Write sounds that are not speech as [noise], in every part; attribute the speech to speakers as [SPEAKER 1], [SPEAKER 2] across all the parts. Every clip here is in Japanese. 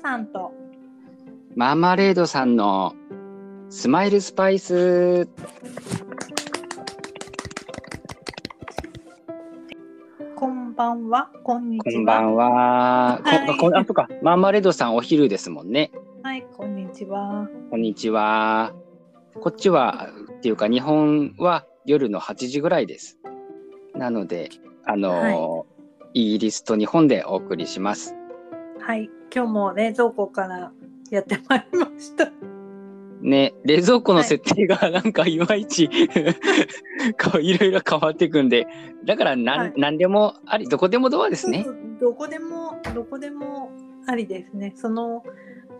[SPEAKER 1] さんと
[SPEAKER 2] マーマレードさんのスマイルスパイス。
[SPEAKER 1] こんばんはこんに
[SPEAKER 2] こ
[SPEAKER 1] ち
[SPEAKER 2] んば
[SPEAKER 1] は
[SPEAKER 2] んは。
[SPEAKER 1] はい
[SPEAKER 2] ここあ、そうか。マーマレードさんお昼ですもんね。
[SPEAKER 1] はいこんにちは
[SPEAKER 2] こんにちは。こっちはっていうか日本は夜の8時ぐらいです。なので、あの
[SPEAKER 1] は
[SPEAKER 2] イギリスと日本でお送りします。
[SPEAKER 1] はい今日も冷蔵庫からやってまいりました
[SPEAKER 2] ね、冷蔵庫の
[SPEAKER 1] はい
[SPEAKER 2] 設定がなんかいまい
[SPEAKER 1] [laughs]
[SPEAKER 2] ち、こういろいろ変わっていくんで、だからなん、
[SPEAKER 1] はい
[SPEAKER 2] 何でもあり、どこでもドアですね
[SPEAKER 1] そ。うそう [laughs] どこでもどこでもありですねその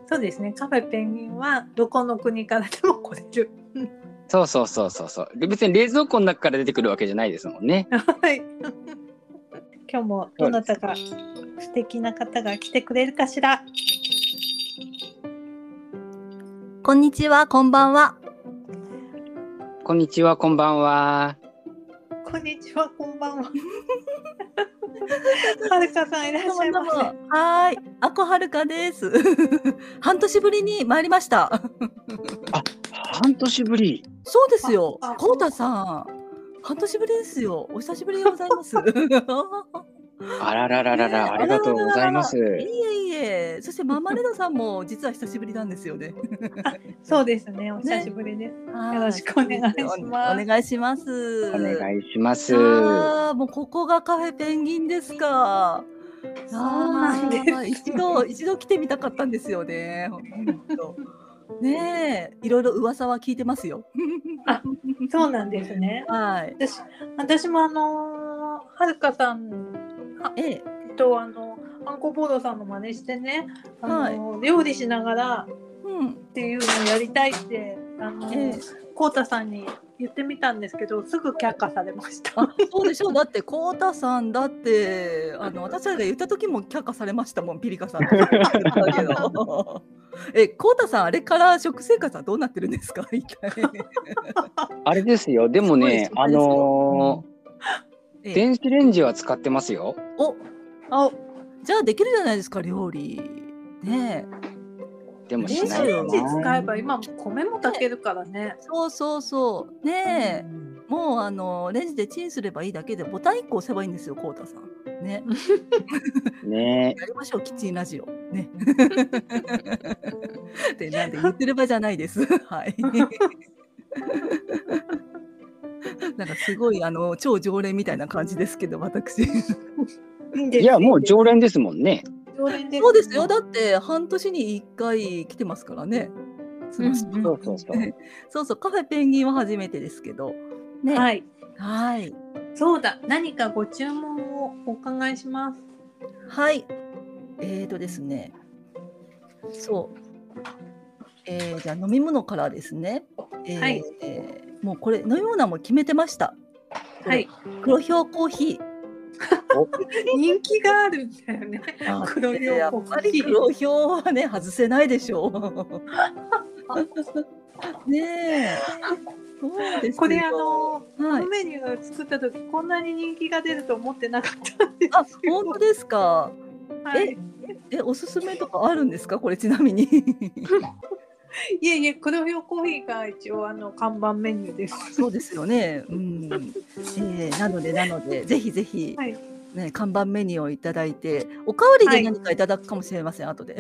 [SPEAKER 1] そうですねカフェペンギンはどこの国からでも来れる [laughs]
[SPEAKER 2] そうそうそうそうそう。で別に冷蔵庫の中から出てくるわけじゃないですもんね。
[SPEAKER 1] はい [laughs] 今日もどなたか素敵な方が来てくれるかしら
[SPEAKER 3] こんにちは、こんばんは。
[SPEAKER 2] こんにちは、こんばんは。
[SPEAKER 1] こんにちは、こんばん
[SPEAKER 2] [laughs]
[SPEAKER 1] は。はるかさんいらっしゃいませ。
[SPEAKER 3] はーい、あこはるかです。 [laughs] 半年ぶりに参りました。
[SPEAKER 2] 半年ぶり。
[SPEAKER 3] そうですよ
[SPEAKER 1] ああ。
[SPEAKER 3] こうたさん、半年ぶりですよ。お久しぶりでござ
[SPEAKER 1] [laughs]
[SPEAKER 3] います。
[SPEAKER 2] あららららら、
[SPEAKER 3] ね
[SPEAKER 2] ありがとうございます。
[SPEAKER 3] あららららいえいえ、そしてママレナさんも実は久しぶりなんですよね。
[SPEAKER 1] そうですね、お久しぶりです。
[SPEAKER 3] はい
[SPEAKER 1] よろしくお願いします
[SPEAKER 3] お願いします。
[SPEAKER 2] お願いします。
[SPEAKER 3] あーもうここがカフェペンギンですか。
[SPEAKER 1] そうなんです
[SPEAKER 3] あー一度一度来てみたかったんですよね。ほんとねえ、いろいろ噂は聞いてますよ。
[SPEAKER 1] あそうなんですね。
[SPEAKER 3] はい。
[SPEAKER 1] 私、私もあのーはるかさん
[SPEAKER 3] ええ、
[SPEAKER 1] とあのアンコボードさんの真似してね、あのー料理しながら
[SPEAKER 3] うん、
[SPEAKER 1] っていうのをやりたいってあの
[SPEAKER 3] ええ
[SPEAKER 1] ー、こうたさんに言ってみたんですけど、すぐ却下されました。
[SPEAKER 3] あ、そうでしょう。だってコウタさんだってあの私たちが言った時も却下されましたもん。ピリカ
[SPEAKER 1] [laughs]
[SPEAKER 3] さん。え、コウタさんあれから食生活はどうなってるんですか。一体
[SPEAKER 2] あれですよ、でもね
[SPEAKER 3] す、ご
[SPEAKER 2] あ
[SPEAKER 3] いです
[SPEAKER 2] の
[SPEAKER 3] よ
[SPEAKER 2] ー
[SPEAKER 3] ええ
[SPEAKER 2] 電子レンジは使ってますよ。
[SPEAKER 3] お、
[SPEAKER 1] あ、
[SPEAKER 3] じゃあできるじゃないですか料理。ねえ。
[SPEAKER 2] でもし
[SPEAKER 1] 電
[SPEAKER 2] な
[SPEAKER 1] 子
[SPEAKER 2] い
[SPEAKER 1] レ
[SPEAKER 2] よ
[SPEAKER 1] ンジ使え
[SPEAKER 2] な。
[SPEAKER 1] ば今米も炊けるからね。
[SPEAKER 3] そうそうそう。ねえ。もうあのレンジでチンすればいいだけでボタン1個押せばいいんですよ、こうたさん。ね。
[SPEAKER 2] ね
[SPEAKER 3] やりましょう、キッチンラジオ。
[SPEAKER 1] [laughs]
[SPEAKER 3] ね。で、なんで言ってる場じゃないです。はい。 [laughs] なんかすごいあの超常連みたいな感じですけど、私。
[SPEAKER 1] い
[SPEAKER 2] いや、もう常連ですもんね。
[SPEAKER 1] 常連です。
[SPEAKER 3] そうですよ。だって半年に1回来てますからね。その人
[SPEAKER 1] うん
[SPEAKER 2] そうそうそう。
[SPEAKER 3] そうそう、カフェペンギンは初めてですけど。ね。。
[SPEAKER 1] はいい。
[SPEAKER 3] はい。
[SPEAKER 1] そうだ。何かご注文をお伺いします。
[SPEAKER 3] はい。えーとですね。そう。えーじゃあ飲み物からですね。えー
[SPEAKER 1] はい
[SPEAKER 3] えーもうこれ飲み物はもう決めてました。
[SPEAKER 1] はい。
[SPEAKER 3] 黒ひょうコーヒ
[SPEAKER 1] 人気があるんだよね。
[SPEAKER 3] ー。
[SPEAKER 1] 黒ひょう
[SPEAKER 3] やっぱり黒ひょうはね外せないでしょう。 [laughs] ねえ。そうですよ
[SPEAKER 1] これあの、
[SPEAKER 3] は
[SPEAKER 1] この
[SPEAKER 3] い。
[SPEAKER 1] メニューを作った時こんなに人気が出ると思ってなかったんです
[SPEAKER 3] あ、本当ですか。
[SPEAKER 1] はい。
[SPEAKER 3] え、おすすめとかあるんですか、これちなみ
[SPEAKER 1] [laughs]
[SPEAKER 3] に。
[SPEAKER 1] いえいえ、黒ひょうコーヒーが一応あの看板メニューです。
[SPEAKER 3] そうですよね。うん。えーなのでなのでぜひぜひ、
[SPEAKER 1] はい
[SPEAKER 3] ね看板メニューをいただいておかわり
[SPEAKER 1] は
[SPEAKER 3] で
[SPEAKER 1] い
[SPEAKER 3] 何かいただくかもしれません、後で。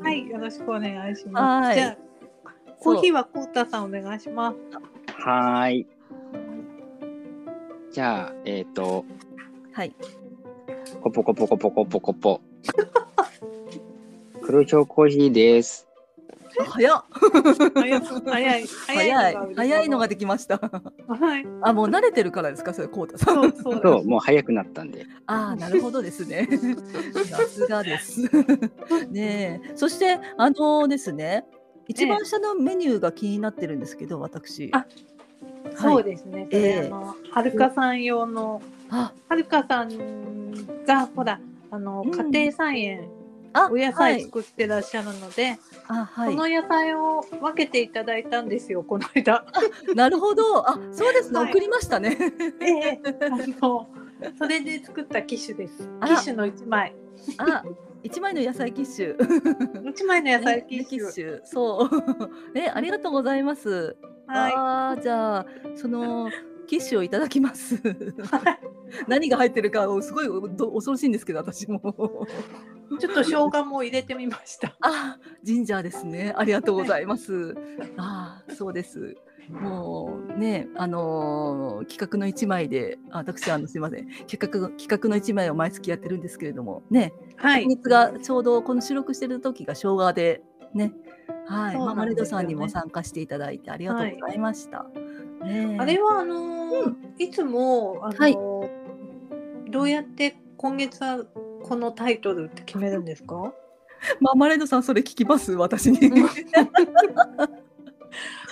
[SPEAKER 1] はい、よろしくお願いします。
[SPEAKER 3] はい
[SPEAKER 1] じゃあコーヒーはコータさんお願いします。
[SPEAKER 2] はーい。じゃあ、えっ、と、
[SPEAKER 3] はい。
[SPEAKER 2] コポコポコポコポコポ。黒ひょうコーヒーです。
[SPEAKER 3] あ早っ
[SPEAKER 1] 早い早い
[SPEAKER 3] [laughs] 早い
[SPEAKER 1] が売り物
[SPEAKER 3] 早いのができ
[SPEAKER 1] [laughs]
[SPEAKER 3] ました。
[SPEAKER 1] はい。
[SPEAKER 3] あもう慣れてるからですかそれコウタさん。
[SPEAKER 1] そうそう。
[SPEAKER 2] [laughs] そう、もう早くなったんで。
[SPEAKER 3] ああなるほどです
[SPEAKER 1] [laughs]
[SPEAKER 3] ね。さすがです。ねえそしてあのですね一番下のメニューが気になってるんですけど私。
[SPEAKER 1] あそうですね。それ
[SPEAKER 3] ええ
[SPEAKER 1] あのはるかさん用の
[SPEAKER 3] あ
[SPEAKER 1] はるかさんがほらあの、
[SPEAKER 3] うん
[SPEAKER 1] 家庭菜園
[SPEAKER 3] あ
[SPEAKER 1] お野
[SPEAKER 3] は
[SPEAKER 1] 菜
[SPEAKER 3] い、
[SPEAKER 1] 作ってらっしゃるので、
[SPEAKER 3] あはい
[SPEAKER 1] この野菜を分けていただいたんですよこの間。
[SPEAKER 3] なるほど。あ、そうですね。
[SPEAKER 1] はい
[SPEAKER 3] 送り
[SPEAKER 1] [laughs]
[SPEAKER 3] ましたね。
[SPEAKER 1] ええあのそれで作ったキッシュです。
[SPEAKER 3] あ
[SPEAKER 1] キッシュの一枚。
[SPEAKER 3] あ、一枚の野菜キッシュ。
[SPEAKER 1] 一枚の野菜キ
[SPEAKER 3] ね
[SPEAKER 1] ッシュ。
[SPEAKER 3] ュ。そう。 [laughs] え、ありがとうございます。
[SPEAKER 1] はい。
[SPEAKER 3] あーじゃあそのキッシュをいただ
[SPEAKER 1] [laughs]
[SPEAKER 3] きます。何が入ってるかをすごいど恐ろしいんですけど私も。
[SPEAKER 1] ちょっと生姜も入れてみました。
[SPEAKER 3] あジンジャーですね。ありがとうございます。あーそうです。もうねあのー企画の一枚であ私あのすいません企画企画の一枚を毎月やってるんですけれどもね
[SPEAKER 1] は
[SPEAKER 3] 今
[SPEAKER 1] い。
[SPEAKER 3] 月がちょうどこの収録してる時が生姜でねはい、
[SPEAKER 1] そうなんですよね
[SPEAKER 3] ママレードさんにも参加していただいてありがとうございました。ねえ
[SPEAKER 1] あれはあのー
[SPEAKER 3] う
[SPEAKER 1] いつもあのー
[SPEAKER 3] はい
[SPEAKER 1] どうやって今月はこのタイトルって決めるんですか？
[SPEAKER 3] マーマレードさんそれ聞きます私に。
[SPEAKER 1] うん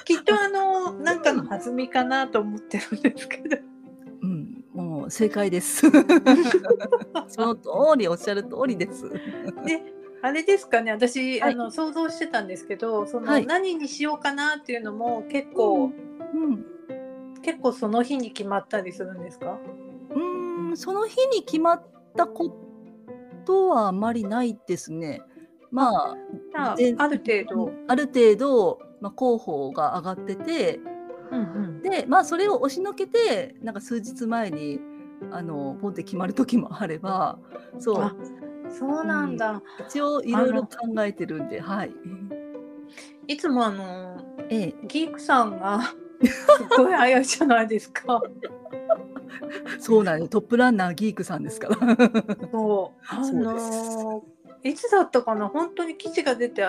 [SPEAKER 1] きっとあのーなんかの弾みかなと思ってるんですけど。
[SPEAKER 3] うん、もう正
[SPEAKER 1] [laughs]
[SPEAKER 3] 解です。その通りおっしゃる通りです。
[SPEAKER 1] であれですかね私、
[SPEAKER 3] はい
[SPEAKER 1] あの想像してたんですけどその、
[SPEAKER 3] はい
[SPEAKER 1] 何にしようかなっていうのも結構、結構その日に決まったりするんですか
[SPEAKER 3] うん、うん、その日に決まったことはあまりないですね。ま
[SPEAKER 1] じゃあ
[SPEAKER 3] で
[SPEAKER 1] ある程
[SPEAKER 3] あ
[SPEAKER 1] 度、
[SPEAKER 3] ある程度まあ候補が上がってて、
[SPEAKER 1] うん
[SPEAKER 3] でまあそれを押しのけてなんか数日前にあのポンって決まる時もあれば、そ
[SPEAKER 1] あ
[SPEAKER 3] う
[SPEAKER 1] うん、そうなんだ、
[SPEAKER 3] 一応いろいろ考えてるんで、はい。
[SPEAKER 1] いつもあの
[SPEAKER 3] ええ、
[SPEAKER 1] ギークさんが [laughs] すごい早いじゃないですか
[SPEAKER 3] そうなんです。トップランナーギークさんですから。
[SPEAKER 1] そうあのいつだったかな本当に記事が出て、
[SPEAKER 3] う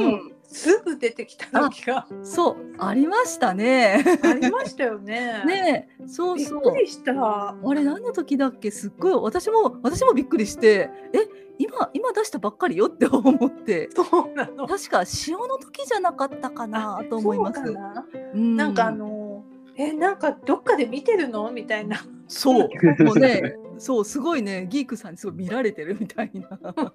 [SPEAKER 3] ん、
[SPEAKER 1] すぐ出てきた時が
[SPEAKER 3] そうありましたね。
[SPEAKER 1] ありましたよね
[SPEAKER 3] [laughs] ねえ、そう
[SPEAKER 1] びっ
[SPEAKER 3] そう。
[SPEAKER 1] くりした
[SPEAKER 3] あれ何の時だっけ？すっごい私も私もびっくりして、え今今出したばっかりよって思って。
[SPEAKER 1] そうなの
[SPEAKER 3] 確か潮の時じゃなかったかなと思います。
[SPEAKER 1] そうかな
[SPEAKER 3] う
[SPEAKER 1] なんかあのえなんかどっかで見てるのみたいな
[SPEAKER 3] そうもうねそうすごいねギークさんにすごい見られてるみたいな。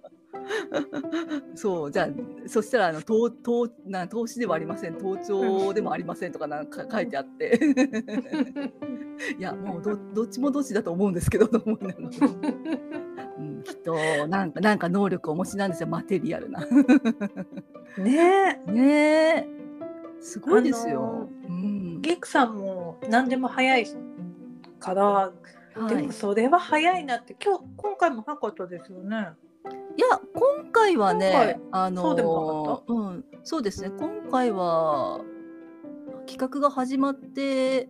[SPEAKER 3] そうじゃあそしたらあの投投な投資ではありません盗聴でもありませんとかなんか書いてあっていやもうどどっちもどっちだと思うんですけどと思いながら、うん、きっとなんかなんか能力をお持ちなんですよマテリアルな。
[SPEAKER 1] [laughs] ねえ
[SPEAKER 3] ねえすごいですよ。うん
[SPEAKER 1] ゲクさんも何でも早いから、で
[SPEAKER 3] はい
[SPEAKER 1] もそれは早いなって今日今回もなかったですよね。
[SPEAKER 3] いや今回は
[SPEAKER 1] 今回
[SPEAKER 3] ねあの
[SPEAKER 1] そうでも
[SPEAKER 3] うん、そうですね今回は企画が始まってえ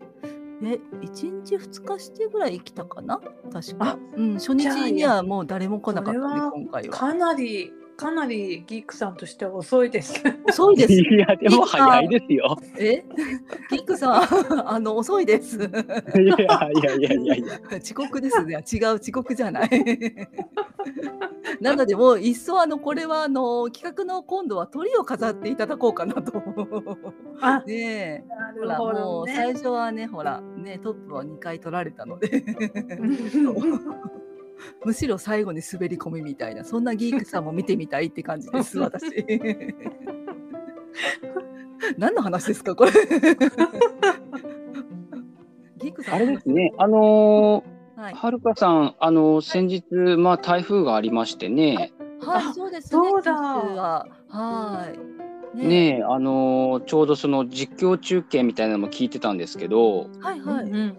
[SPEAKER 3] 1日2日してぐらい来たかな確か
[SPEAKER 1] あ、
[SPEAKER 3] うん、初
[SPEAKER 1] じゃあ
[SPEAKER 3] 日にはもう誰も来なかった
[SPEAKER 1] それ
[SPEAKER 3] ね
[SPEAKER 1] は
[SPEAKER 3] 今回は
[SPEAKER 1] かなりかなりギークさんとしては遅いです。
[SPEAKER 3] 遅いです
[SPEAKER 2] いやでも早いですよ。
[SPEAKER 3] え [laughs] キックさん [laughs] あの遅いです
[SPEAKER 2] いやいやいやいやいや。
[SPEAKER 3] 遅刻で
[SPEAKER 1] [laughs]
[SPEAKER 3] すね違う遅刻じゃない [laughs] なのでもういっそあのこれはあの企画の今度は鳥を飾っていただこうかなと [laughs]
[SPEAKER 1] [laughs] あ
[SPEAKER 3] ねえ
[SPEAKER 1] な
[SPEAKER 3] ほ
[SPEAKER 1] る
[SPEAKER 3] ら
[SPEAKER 1] ほど
[SPEAKER 3] もう
[SPEAKER 1] ね
[SPEAKER 3] 最。初はねほらねトップは2回取られたのでむしろ最後に滑り込みみたいなそんなギークさんも見てみたいって感じです私何の話ですかこれギークさん
[SPEAKER 2] あれですね。あの
[SPEAKER 3] はい
[SPEAKER 2] ー、、はるかさん、あのー先日まあ台風がありましてね、
[SPEAKER 3] はい、
[SPEAKER 1] あ
[SPEAKER 3] そうですね
[SPEAKER 1] そうだ
[SPEAKER 3] 九州は
[SPEAKER 1] [laughs]
[SPEAKER 3] はい
[SPEAKER 2] ねえあのーちょうどその実況中継みたいなのも聞いてたんですけど、
[SPEAKER 3] はい
[SPEAKER 1] は。
[SPEAKER 3] はいい、
[SPEAKER 1] うんうん。
[SPEAKER 3] うん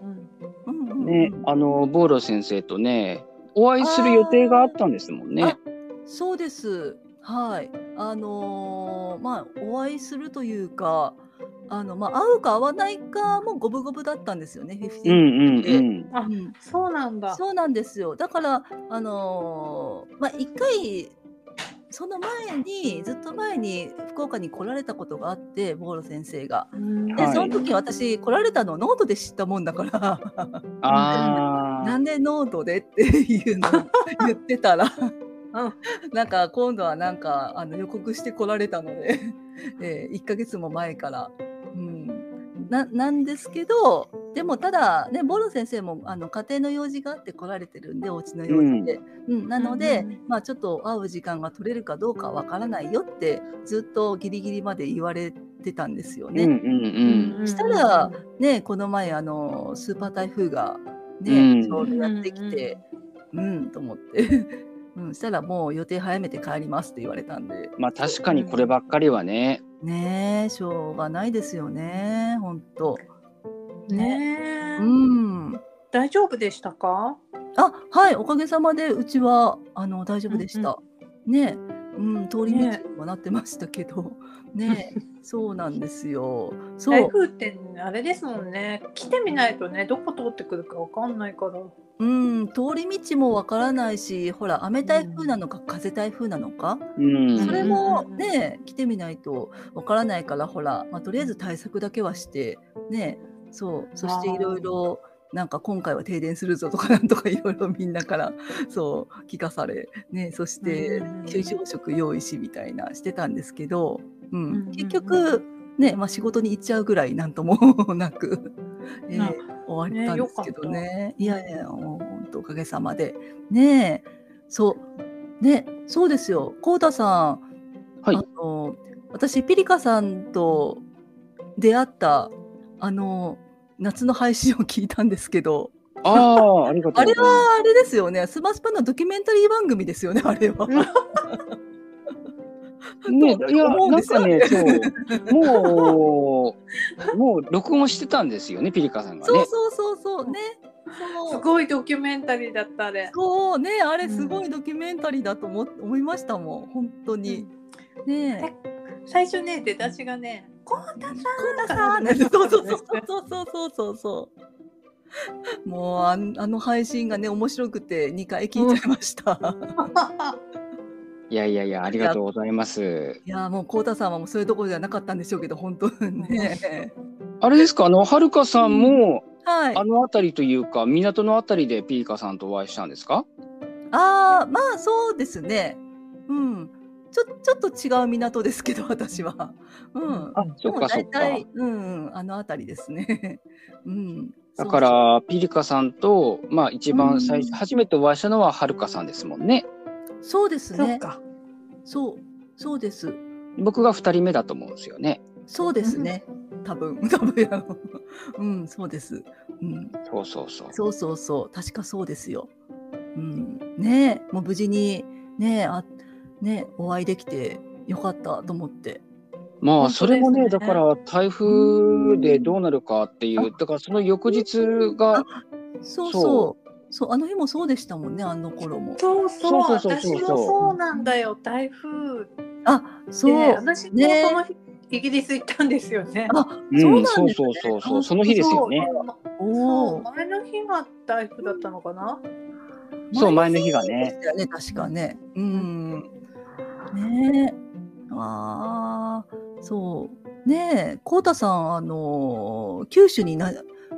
[SPEAKER 3] うんうん
[SPEAKER 2] ねあのーボーロ先生とねお会いする予定があったんですもんね。
[SPEAKER 3] そうです。はい。あのーまあお会いするというか、あのまあ会うか会わないかも五分五分だったんですよね。
[SPEAKER 2] うん
[SPEAKER 3] 50
[SPEAKER 2] うんうん。
[SPEAKER 1] あ
[SPEAKER 3] うん
[SPEAKER 1] そうなんだ。
[SPEAKER 3] そうなんですよ。だからあのーまあ一回その前にずっと前に福岡に来られたことがあって、ボーロ先生が。
[SPEAKER 1] うん
[SPEAKER 3] で、
[SPEAKER 2] はい
[SPEAKER 3] その時私来られたのをノートで知ったもんだから。
[SPEAKER 2] ああ
[SPEAKER 3] なんでノートでっていうのを言ってたら、
[SPEAKER 1] うん
[SPEAKER 3] なんか今度はなんかあの予告してこられたので、 [laughs] えー1ヶ月も前から、うん、ななんですけどでもただねボロ先生もあの家庭の用事があって来られてるんでお家の用事で、うんなので、
[SPEAKER 1] うんうん
[SPEAKER 3] まあ、ちょっと会う時間が取れるかどうかわからないよってずっとギリギリまで言われてたんですよね。
[SPEAKER 2] うんうんうん。
[SPEAKER 1] うん
[SPEAKER 3] したらねこの前あのスーパー台風がね、
[SPEAKER 2] うん
[SPEAKER 3] ちょうどやってきてうん、と思って [laughs] うん、したらもう予定早めて帰りますって言われたんで
[SPEAKER 2] まあ確かにこればっかりはね、
[SPEAKER 3] ねえしょうがないですよね本当
[SPEAKER 1] ねえ、
[SPEAKER 3] うん
[SPEAKER 1] 大丈夫でしたか？
[SPEAKER 3] あはいおかげさまでうちはあの大丈夫でした、ねえうん通り道
[SPEAKER 1] ね
[SPEAKER 3] にはなってましたけどねえそうなんですよそ
[SPEAKER 1] 台
[SPEAKER 3] う
[SPEAKER 1] 風ってあれですもんね。来てみないとね、どこ通ってくるかわかんないから。
[SPEAKER 3] うん通り道もわからないしほら雨台風なのか風台風なのか、
[SPEAKER 2] うん、
[SPEAKER 3] それ
[SPEAKER 1] うん
[SPEAKER 3] もね来てみないとわからないからほら、まあ、とりあえず対策だけはしてねそうそして
[SPEAKER 1] あー
[SPEAKER 3] いろいろなんか今回は停電するぞとかなんとかいろいろみんなからそう聞かされ、ね、そして
[SPEAKER 1] うんうんうん
[SPEAKER 3] 給食食用意しみたいなしてたんですけど、うん
[SPEAKER 1] うんうん
[SPEAKER 3] 結局、ねまあ、仕事に行っちゃうぐらいなんとも [laughs] なく、えー
[SPEAKER 1] な
[SPEAKER 3] 終わったんですけどねい
[SPEAKER 1] よか
[SPEAKER 3] や
[SPEAKER 1] った
[SPEAKER 3] いやもう本当おかげさまでねえそうねそうですよこうたさん
[SPEAKER 2] はい
[SPEAKER 3] あの私ピリカさんと出会ったあの夏の配信を聞いたんですけど
[SPEAKER 2] ああありがと
[SPEAKER 3] あ
[SPEAKER 2] うご
[SPEAKER 3] れ
[SPEAKER 2] ざいます
[SPEAKER 3] はあれですよねスマスパのドキュメンタリー番組ですよねあれは。 [laughs]
[SPEAKER 2] ね
[SPEAKER 3] と
[SPEAKER 2] いや
[SPEAKER 3] 思うん
[SPEAKER 2] な
[SPEAKER 3] で
[SPEAKER 2] ん
[SPEAKER 3] す
[SPEAKER 2] か
[SPEAKER 3] よ
[SPEAKER 2] ね
[SPEAKER 3] [laughs]
[SPEAKER 2] そうもうもう録音してたんですよねピリカさんが
[SPEAKER 3] そう
[SPEAKER 2] ね
[SPEAKER 3] そうそうそうね。そう
[SPEAKER 1] すごいドキュメンタリーだったあれ。
[SPEAKER 3] そうねあれ
[SPEAKER 1] うん
[SPEAKER 3] すごいドキュメンタリーだと思,、思いましたもん本当に。
[SPEAKER 1] え
[SPEAKER 3] ね
[SPEAKER 1] 最初ね出だしがね、コータさん
[SPEAKER 3] え。さあねそうそうそうそうそうそうそうそう。もうあんあの配信がね面白くて2回聞いちゃいました。
[SPEAKER 2] いやいやいやありがとうございます
[SPEAKER 3] いやもうこうたさんはもうそういうところじゃなかったんでしょうけど本当にね。
[SPEAKER 2] あれですかあのはるかさんも、
[SPEAKER 3] はい。
[SPEAKER 2] あの辺りというか港の辺りでピリカさんとお会いしたんですか
[SPEAKER 3] ああまあそうですね。うん。ちょちょっと違う港ですけど私は。うん。
[SPEAKER 2] あそっかそっか
[SPEAKER 3] でも大体うんうんあのあたりですね。 [laughs] うん。
[SPEAKER 2] だか
[SPEAKER 3] そう
[SPEAKER 2] らピリカさんとまあ一番最初、
[SPEAKER 3] うん
[SPEAKER 2] 初めてお会いしたのははるかさんですもんね
[SPEAKER 3] そうそうです
[SPEAKER 1] そっ
[SPEAKER 3] ね。
[SPEAKER 1] か。
[SPEAKER 3] そうそうです。
[SPEAKER 2] 僕が二人目だと思うんですよね
[SPEAKER 3] そうですね。多分 [laughs] 多分あのうんそうです。うん
[SPEAKER 2] そうそうそう
[SPEAKER 3] そうそうそう確かそうですよ。うんねえもう無事にねえあねえお会いできてよかったと思って。
[SPEAKER 2] まあ
[SPEAKER 1] 本当
[SPEAKER 2] それもね
[SPEAKER 1] です
[SPEAKER 2] だ
[SPEAKER 1] ね
[SPEAKER 2] から台風でどうなるかっていうだからその翌日が
[SPEAKER 3] そう
[SPEAKER 2] そう
[SPEAKER 3] そう。そうあの日もそうでしたもんねあの頃も。
[SPEAKER 1] そうそう
[SPEAKER 2] そうそうそう
[SPEAKER 1] 私
[SPEAKER 2] そう
[SPEAKER 1] もそうなんだよ台風
[SPEAKER 3] あそう。
[SPEAKER 1] で私も
[SPEAKER 3] ね
[SPEAKER 1] その日イギリス行ったんですよね。
[SPEAKER 3] あ
[SPEAKER 2] うん
[SPEAKER 3] そうなんです
[SPEAKER 2] そう
[SPEAKER 3] ね
[SPEAKER 2] そうそうそ
[SPEAKER 3] あ
[SPEAKER 2] うその日ですよね
[SPEAKER 1] そう
[SPEAKER 3] お
[SPEAKER 1] そう
[SPEAKER 3] お。
[SPEAKER 1] 前の日が台風だったのかな。
[SPEAKER 2] そう前の日がね。
[SPEAKER 3] だよね確かね。うん。ねえ。ああそう。ねえこうたさんあのー九州にな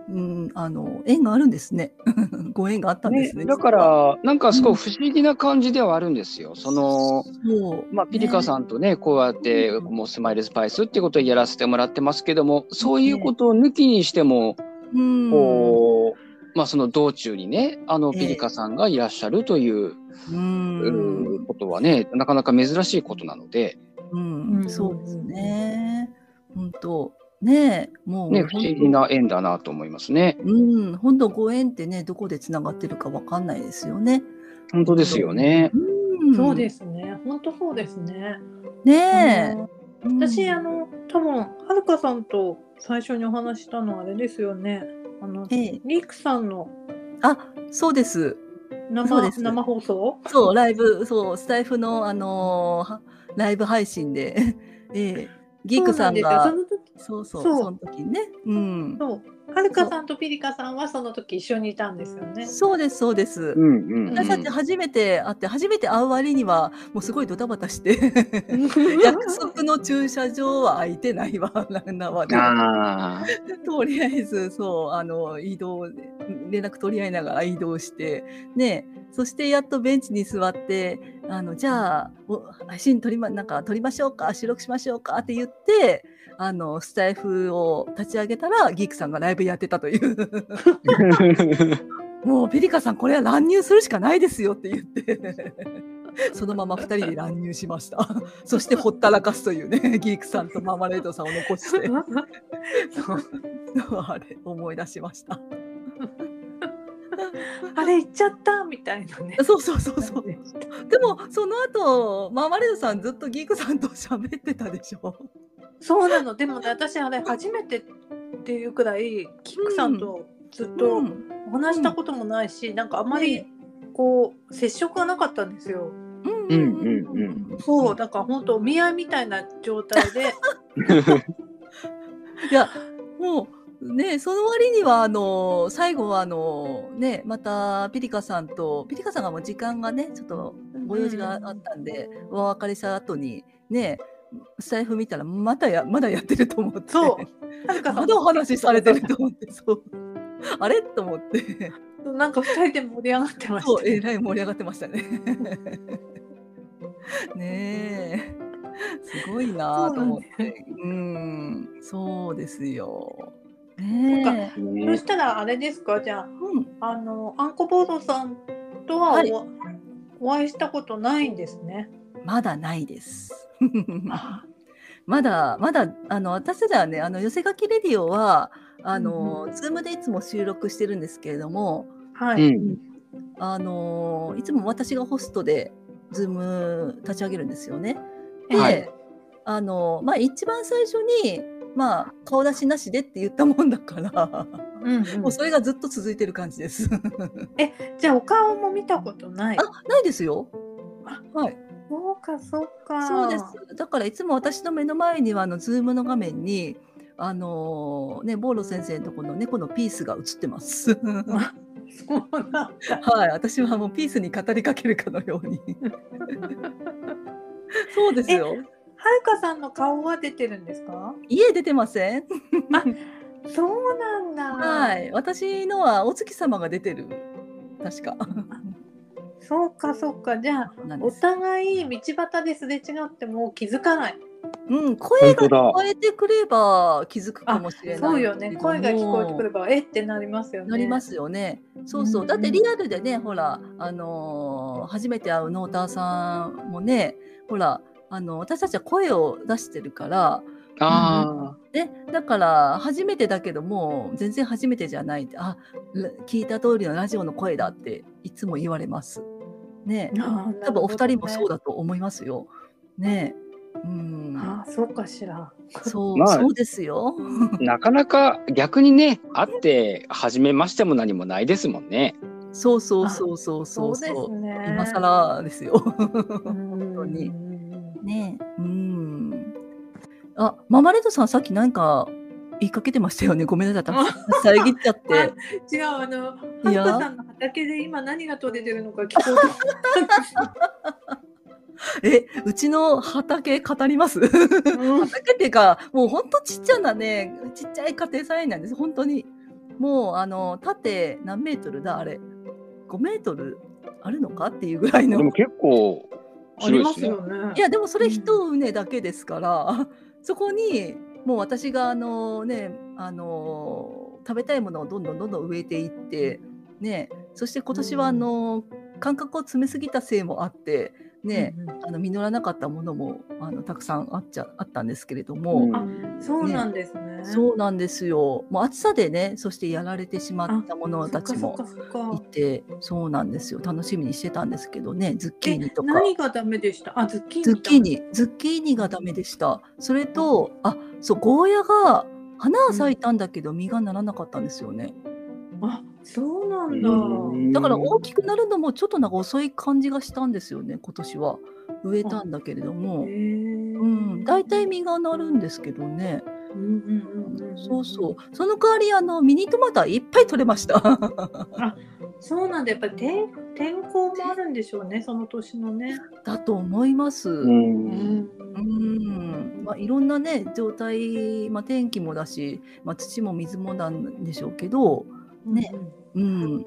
[SPEAKER 3] うんあの縁があるんですね。 [laughs] ご縁があったんですね。
[SPEAKER 2] ねだからなんかすごい不思議な感じではあるんですよ、その
[SPEAKER 3] そう。
[SPEAKER 2] まあ、ピリカさんとね、こうやって、
[SPEAKER 3] うん
[SPEAKER 2] もうスマイルスパイスってことをやらせてもらってますけども、そういうことを抜きにしても、
[SPEAKER 3] うん。
[SPEAKER 2] こう、まあ、その道中にね、あの
[SPEAKER 3] ええ
[SPEAKER 2] ピリカさんがいらっしゃるという、
[SPEAKER 3] うん。
[SPEAKER 2] うんことはね、なかなか珍しいことなので、
[SPEAKER 3] うん、
[SPEAKER 1] うん
[SPEAKER 3] そうですね。本当ねえ、もう
[SPEAKER 2] ね、
[SPEAKER 3] 本
[SPEAKER 2] 不
[SPEAKER 3] 当
[SPEAKER 2] 思議な縁だなと思いますね。
[SPEAKER 3] うん、本当ご縁ってね、どこでつながってるかわかんないですよね。
[SPEAKER 2] 本当ですよね。
[SPEAKER 3] うん、
[SPEAKER 1] そうですすね。本当そうですね。あ
[SPEAKER 3] ねえ。
[SPEAKER 1] の
[SPEAKER 3] うん
[SPEAKER 1] 私あの多分はるかさんと最初にお話ししたのはあれですよね。あの
[SPEAKER 3] ええ、
[SPEAKER 1] リークさんの
[SPEAKER 3] あ、そうです。そう
[SPEAKER 1] 生
[SPEAKER 3] です
[SPEAKER 1] 生放送。
[SPEAKER 3] そう、ライブ、そう、スタイフのあのーはライブ配信で、 [laughs] ええ、ギークさん
[SPEAKER 1] そ
[SPEAKER 3] が
[SPEAKER 1] うなんですよ
[SPEAKER 3] そうそう
[SPEAKER 1] そう
[SPEAKER 3] その時ね、うん
[SPEAKER 1] そ、の時そうはるかさんとピリカさんはその時一緒にいたんですよ
[SPEAKER 3] [laughs]
[SPEAKER 1] ね。
[SPEAKER 3] そうですそうです
[SPEAKER 2] う。んうん、うん。
[SPEAKER 3] 私たち初めて会って初めて会う割にはもうすごいドタバタして約束の駐車場は空いてないわ [laughs] なんだわね
[SPEAKER 2] ああ、
[SPEAKER 3] とりあえずそうあの移動連絡取り合いながら移動してねそしてやっとベンチに座ってあのじゃあお配信撮りまなんか撮りましょうか収録しましょうかって言ってあのスタイフを立ち上げたらギークさんがライブやってたという [laughs] もうピリカさんこれは乱入するしかないですよって言って。 [laughs] そのまま2人で乱入しました [laughs] そしてほったらかすというねギークさんとマーマレードさんを残して
[SPEAKER 1] [laughs]
[SPEAKER 3] [laughs] そうあれ思い出しました。
[SPEAKER 1] あれ行っちゃったみたいなね。
[SPEAKER 3] そうそうそうそう。でもその後マーマレードさんずっとギークさんと喋ってたでしょ。
[SPEAKER 1] そうなの。でもね、私あれ初めてっていうくらい、キックさんとずっと
[SPEAKER 3] うん
[SPEAKER 1] お話したこともないし、なんかあんまり
[SPEAKER 3] ね
[SPEAKER 1] こう接触がなかったんですよ。
[SPEAKER 3] う
[SPEAKER 2] う
[SPEAKER 3] ん
[SPEAKER 2] んうん
[SPEAKER 3] ん。
[SPEAKER 1] そう、だから本当お見合いみたいな状態
[SPEAKER 3] [laughs]
[SPEAKER 1] で、
[SPEAKER 3] いやもうねその割にはあの最後はあのねまたピリカさんとピリカさんがもう時間がねちょっとご用事があったんで、お別れした後にね財布見たらまたやまだやってると思って
[SPEAKER 1] そうはるかさ
[SPEAKER 3] [laughs] ま
[SPEAKER 1] ん
[SPEAKER 3] だお話しされてると思ってそうあれと思って
[SPEAKER 1] なんか二人で盛り上がってまし
[SPEAKER 3] [laughs] そう
[SPEAKER 1] た
[SPEAKER 3] え
[SPEAKER 1] ね。
[SPEAKER 3] らい盛り上がってました [laughs] ね。ねえすごいなあと思ってうんそうですよ。ねえ
[SPEAKER 1] なんそ
[SPEAKER 2] ね
[SPEAKER 1] したらあれですかじゃあ
[SPEAKER 3] うん、
[SPEAKER 1] あのアンコボードさんとはお,、
[SPEAKER 3] はい
[SPEAKER 1] お会いしたことないんですね。
[SPEAKER 3] まだないです。 [laughs] まだまだあの私たちはねあの寄せ書きレディオはあの、ズームでいつも収録してるんですけれども
[SPEAKER 1] は
[SPEAKER 2] う
[SPEAKER 1] い。
[SPEAKER 2] ん
[SPEAKER 3] あのいつも私がホストでズーム立ち上げるんですよね。で、
[SPEAKER 2] はい
[SPEAKER 3] あのまあ一番最初にまあ顔出しなしでって言ったもんだから、
[SPEAKER 1] うんうん
[SPEAKER 3] もうそれがずっと続いてる感じ [laughs] です。
[SPEAKER 1] じゃあお顔も見たことない。
[SPEAKER 3] あないですよ。
[SPEAKER 1] あ
[SPEAKER 3] はい。
[SPEAKER 1] そうかそうか。
[SPEAKER 3] そうです。だからいつも私の目の前にはあのズームの画面に。あのーね、ボーロ先生のとこの猫のピースが映ってます。 [laughs] は
[SPEAKER 1] そうなんだ。
[SPEAKER 3] い、私はもうピースに語りかけるかのよ [laughs] うに。そうですよ。
[SPEAKER 1] はるかさんの顔は出てるんですか？
[SPEAKER 3] 家出てません。
[SPEAKER 1] そうなんだ。
[SPEAKER 3] はい、私のはお月様が出てる。確 [laughs] か。
[SPEAKER 1] そうかそうか。じゃあ
[SPEAKER 3] なんで
[SPEAKER 1] お
[SPEAKER 3] す
[SPEAKER 1] 互い道端ですれ違っても気づかない。
[SPEAKER 3] うん、声が
[SPEAKER 2] 本当だ
[SPEAKER 3] 聞こえてくれば気づくかもしれない。
[SPEAKER 1] そうよね。声が聞こえてくればえってなりますよね。
[SPEAKER 3] なりますよね。そうそうう。
[SPEAKER 1] ん
[SPEAKER 3] だってリアルでね、ほら、あのー初めて会うノーターさんもね、ほら、あの私たちは声を出してるから、
[SPEAKER 2] [laughs] あ
[SPEAKER 3] ね、だから初めてだけどもう全然初めてじゃないって、あ、ラ聞いた通りのラジオの声だっていつも言われます。ね、
[SPEAKER 1] あー。
[SPEAKER 3] 多分お二人もそう
[SPEAKER 1] だ。
[SPEAKER 3] だと思いますよ。ね、うん、
[SPEAKER 1] あー、そうかしら。
[SPEAKER 3] そう、
[SPEAKER 2] まあ
[SPEAKER 3] そうですよ。
[SPEAKER 2] あなかなか逆にね会って初めましても何もないですもんね。
[SPEAKER 3] そうそうそうそうそう
[SPEAKER 1] そうです
[SPEAKER 3] そう。
[SPEAKER 1] ね。
[SPEAKER 3] 今更ですよ。 [laughs]
[SPEAKER 1] 本
[SPEAKER 3] 当に
[SPEAKER 1] うん
[SPEAKER 3] ねえ、うん。あ、ママレードさん、さっきなんか言いかけてましたよね。ご [laughs] めんなさい、私遮っちゃっ
[SPEAKER 1] あ
[SPEAKER 3] て。
[SPEAKER 1] 違うあのハ
[SPEAKER 3] いや
[SPEAKER 1] ッコさんの畑で今何が取れてるのか聞こうと
[SPEAKER 3] え、うちの畑語ります [laughs] 畑
[SPEAKER 1] 思って。
[SPEAKER 3] っていうか、もうほんとちっちゃなね、ちっちゃい家庭菜園なんです、本当に。もう、あの、縦何メートルだ、あれ。5メートルあるのかっていうぐらい
[SPEAKER 2] で
[SPEAKER 3] の
[SPEAKER 2] も。結構
[SPEAKER 1] あり
[SPEAKER 2] 広い
[SPEAKER 1] ま
[SPEAKER 2] です
[SPEAKER 1] す
[SPEAKER 2] ね。
[SPEAKER 1] よね。
[SPEAKER 3] いやでもそれ一畝だけですから、 [laughs] そこにもう私があのねあの食べたいものをどんどんどんどん植えていってねそして今年はあの、間隔を詰めすぎたせいもあってね、
[SPEAKER 1] うんうん
[SPEAKER 3] あの実らなかったものもあのたくさんあっちゃあったんですけれど
[SPEAKER 2] う
[SPEAKER 3] も、
[SPEAKER 2] ん
[SPEAKER 1] あそうなんですね。
[SPEAKER 3] そうなんですよもう暑さでねそしてやられてしまったものたちも
[SPEAKER 1] そっかそっかそ
[SPEAKER 3] い
[SPEAKER 1] っか
[SPEAKER 3] てそうなんですよ楽しみにしてたんですけどねズッキーニとか。
[SPEAKER 1] 何がダメでした？あズッキーニ。
[SPEAKER 3] ズッキー。ニ、ズッキーニがダメでした。それと、あ、そう、ゴーヤが花は咲いたんだけど、実がならなかったんですよね。
[SPEAKER 1] あそうなんだ。
[SPEAKER 2] うん
[SPEAKER 3] だから大きくなるのもちょっとなんか遅い感じがしたんですよね、今年は。植えたんだけれど
[SPEAKER 1] へ
[SPEAKER 3] も。
[SPEAKER 1] ー
[SPEAKER 3] うん、大体実がなるんですけどね。
[SPEAKER 1] うんうんうんん
[SPEAKER 3] そうそう。その代わり、あの、ミニトマトはいっぱい取れました。 [laughs]
[SPEAKER 1] そうなんだやっぱり天天候もあるんでしょうねその年のね。
[SPEAKER 3] だと思います。
[SPEAKER 2] う
[SPEAKER 1] うんん
[SPEAKER 3] うんまあ、いろんなね状態、まあ、天気もだし、まあ、土も水もなんでしょうけど、ね。うん、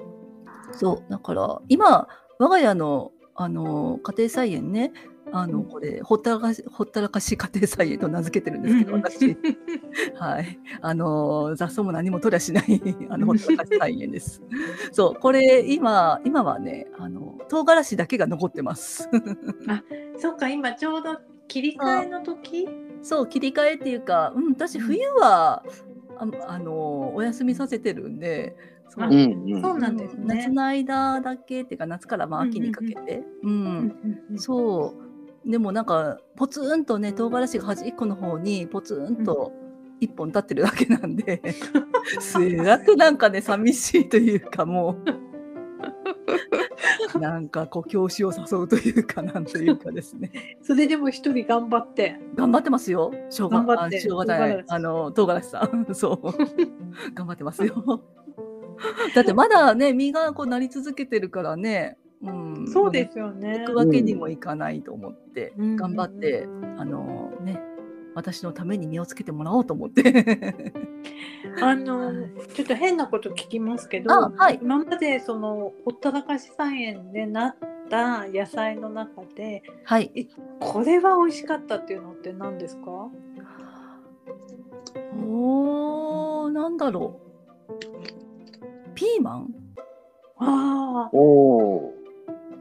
[SPEAKER 3] そうだから今我が家のあの家庭菜園ねあ
[SPEAKER 1] う
[SPEAKER 3] の
[SPEAKER 1] ん
[SPEAKER 3] これほったらかしほったらかし家庭菜園と名付けてるんですけど私 [laughs] はいあの雑草も何も取りゃしない [laughs] あのほったらかし菜園ですそうこれ今今はねあの唐辛子だけが残ってます [laughs]
[SPEAKER 1] そっか今ちょうど切り替えの時。
[SPEAKER 3] そう切り替えっていうかうん私冬はああのお休みさせてるんでそう
[SPEAKER 2] うん
[SPEAKER 1] そううなんですね
[SPEAKER 3] 夏の間だけっていうか夏からまあ秋にかけて、うん
[SPEAKER 1] うん
[SPEAKER 3] そうでもなんかポツンとね唐辛子が端っこの方にポツンと一本立ってるだけなんで、すごくなんかね寂しいというかも [laughs] うなんかこう教師を誘うというかなんというかですね
[SPEAKER 1] それでも一人頑張って。
[SPEAKER 3] 頑張ってますよ生姜
[SPEAKER 1] 頑張って
[SPEAKER 3] あ生姜じゃない
[SPEAKER 1] 唐辛子
[SPEAKER 3] あの唐辛子さん [laughs] そう頑張ってますよ [laughs] だってまだね実がこうなり続けてるからね、うん、
[SPEAKER 1] そうですよね
[SPEAKER 3] 行。くわけにもいかないと思っ
[SPEAKER 1] う
[SPEAKER 3] て、
[SPEAKER 1] ん
[SPEAKER 3] 頑張って、あのね私のために身をつけてもらおうと思って
[SPEAKER 1] [laughs] あのちょっと変なこと聞きますけど、
[SPEAKER 3] あはい
[SPEAKER 1] 今までそのほったらかし菜園でなった野菜の中で
[SPEAKER 3] はい
[SPEAKER 1] これは美味しかったっていうのって何ですか？
[SPEAKER 3] おーなんだろうピーマン
[SPEAKER 1] ああ、
[SPEAKER 2] おお。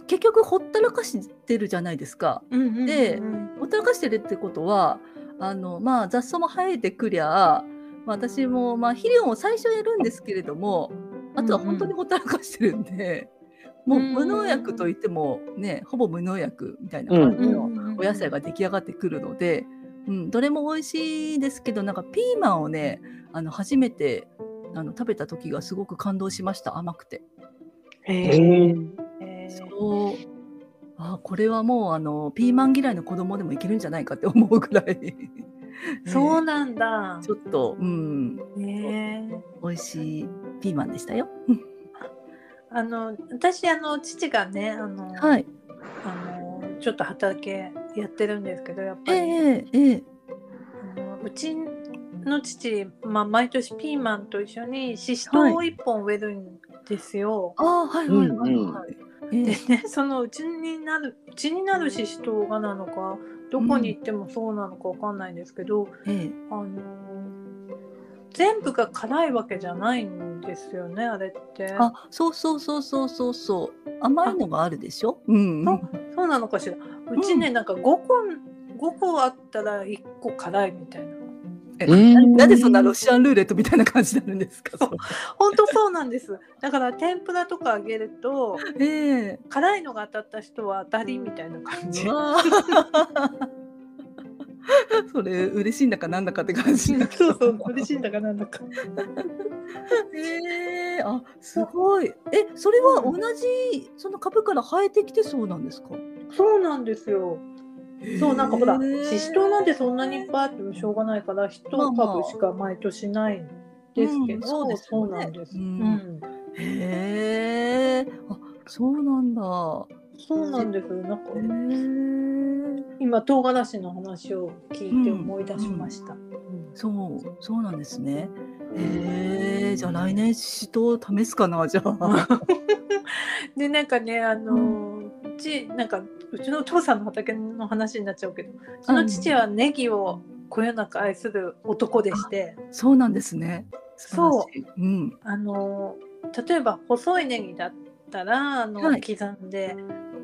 [SPEAKER 3] 結局ほったらかしてるじゃないですか
[SPEAKER 1] うんうんうんうん
[SPEAKER 3] でほったらかしてるってことはあの、まあ、雑草も生えてくりゃまあ私も、まあ、肥料を最初やるんですけれどもあとは本当にほったらかしてるんで、
[SPEAKER 1] うんうん
[SPEAKER 3] もう無農薬といってもねほぼ無農薬みたいな感じのお野菜が出来上がってくるので、うん、どれも美味しいですけどなんかピーマンをねあの初めてあの食べた時がすごく感動しました甘くて。
[SPEAKER 1] へ
[SPEAKER 2] え
[SPEAKER 1] ー
[SPEAKER 2] ー
[SPEAKER 1] えー
[SPEAKER 3] そうあこれはもうあのピーマン嫌いの子供でもいけるんじゃないかって思うぐらい
[SPEAKER 1] [laughs]
[SPEAKER 3] ね
[SPEAKER 1] そうなんだ。
[SPEAKER 3] ちょっとうん
[SPEAKER 1] ねえ
[SPEAKER 3] 美味しいピーマンでしたよ。
[SPEAKER 1] あの私あの父がねあの、
[SPEAKER 3] はい、
[SPEAKER 1] あのちょっと畑やってるんですけどやっぱ
[SPEAKER 3] え
[SPEAKER 1] り、
[SPEAKER 3] えええ
[SPEAKER 1] あのうちの父、まあ、毎年ピーマンと一緒にししとうを1本植えるんですよ。
[SPEAKER 3] ああはいはいはいはい。ええ
[SPEAKER 1] で [laughs] ねそのうちになるうちになるししとうがなのかどこに行ってもそうなのかわかんないんですけど、
[SPEAKER 3] え
[SPEAKER 1] あの全部が辛いわけじゃないんですよねあれって
[SPEAKER 3] え。あそうそうそうそうそうそう甘いのがあるでしょ。うん。
[SPEAKER 1] そうそうなのかしらうちね、なんか5個5個あったら1個辛いみたいな
[SPEAKER 3] え
[SPEAKER 2] うん
[SPEAKER 3] ななんでそんなロシアンルーレットみたいな感じになるんですか。そう
[SPEAKER 1] 本当そうなんです [laughs] だから天ぷらとか揚げると [laughs]
[SPEAKER 3] ええ
[SPEAKER 1] 辛いのが当たった人は当たりみたいな感じ
[SPEAKER 3] うわあそれ嬉しいんだかなんだかって感じ。
[SPEAKER 1] [laughs] そうそう嬉しいんだかなんだか
[SPEAKER 3] ええあすごい。えそれは同じその株から生えてきてそうなんですか。
[SPEAKER 1] そうなんですよそうなんかほら
[SPEAKER 3] へー
[SPEAKER 1] ししとうなんてそんなにいっぱいあってもしょうがないから一
[SPEAKER 3] まあまあ
[SPEAKER 1] 株しか毎年ないんですけ
[SPEAKER 3] うん
[SPEAKER 1] ど、
[SPEAKER 3] そうです
[SPEAKER 1] そ
[SPEAKER 3] よ
[SPEAKER 1] う
[SPEAKER 3] ね
[SPEAKER 1] なんです、
[SPEAKER 3] うん
[SPEAKER 1] うん
[SPEAKER 3] へえ。あ、そうなんだ。
[SPEAKER 1] そうなんですなんか
[SPEAKER 3] へえ。
[SPEAKER 1] 今唐辛子の話を聞いて思い出しました、うん
[SPEAKER 3] そう、そうなんですね。へえ。じゃあ来年シトを試すかなじゃあ。
[SPEAKER 1] でなんかねあのーうちなんかうちのお父さんの畑の話になっちゃうけどうちの父はネギをこよなく愛する男でして、
[SPEAKER 3] [laughs] そうなんですね。。
[SPEAKER 1] そう
[SPEAKER 3] うん。
[SPEAKER 1] あのー例えば細いネギだったらあの、
[SPEAKER 3] はい
[SPEAKER 1] 刻んで。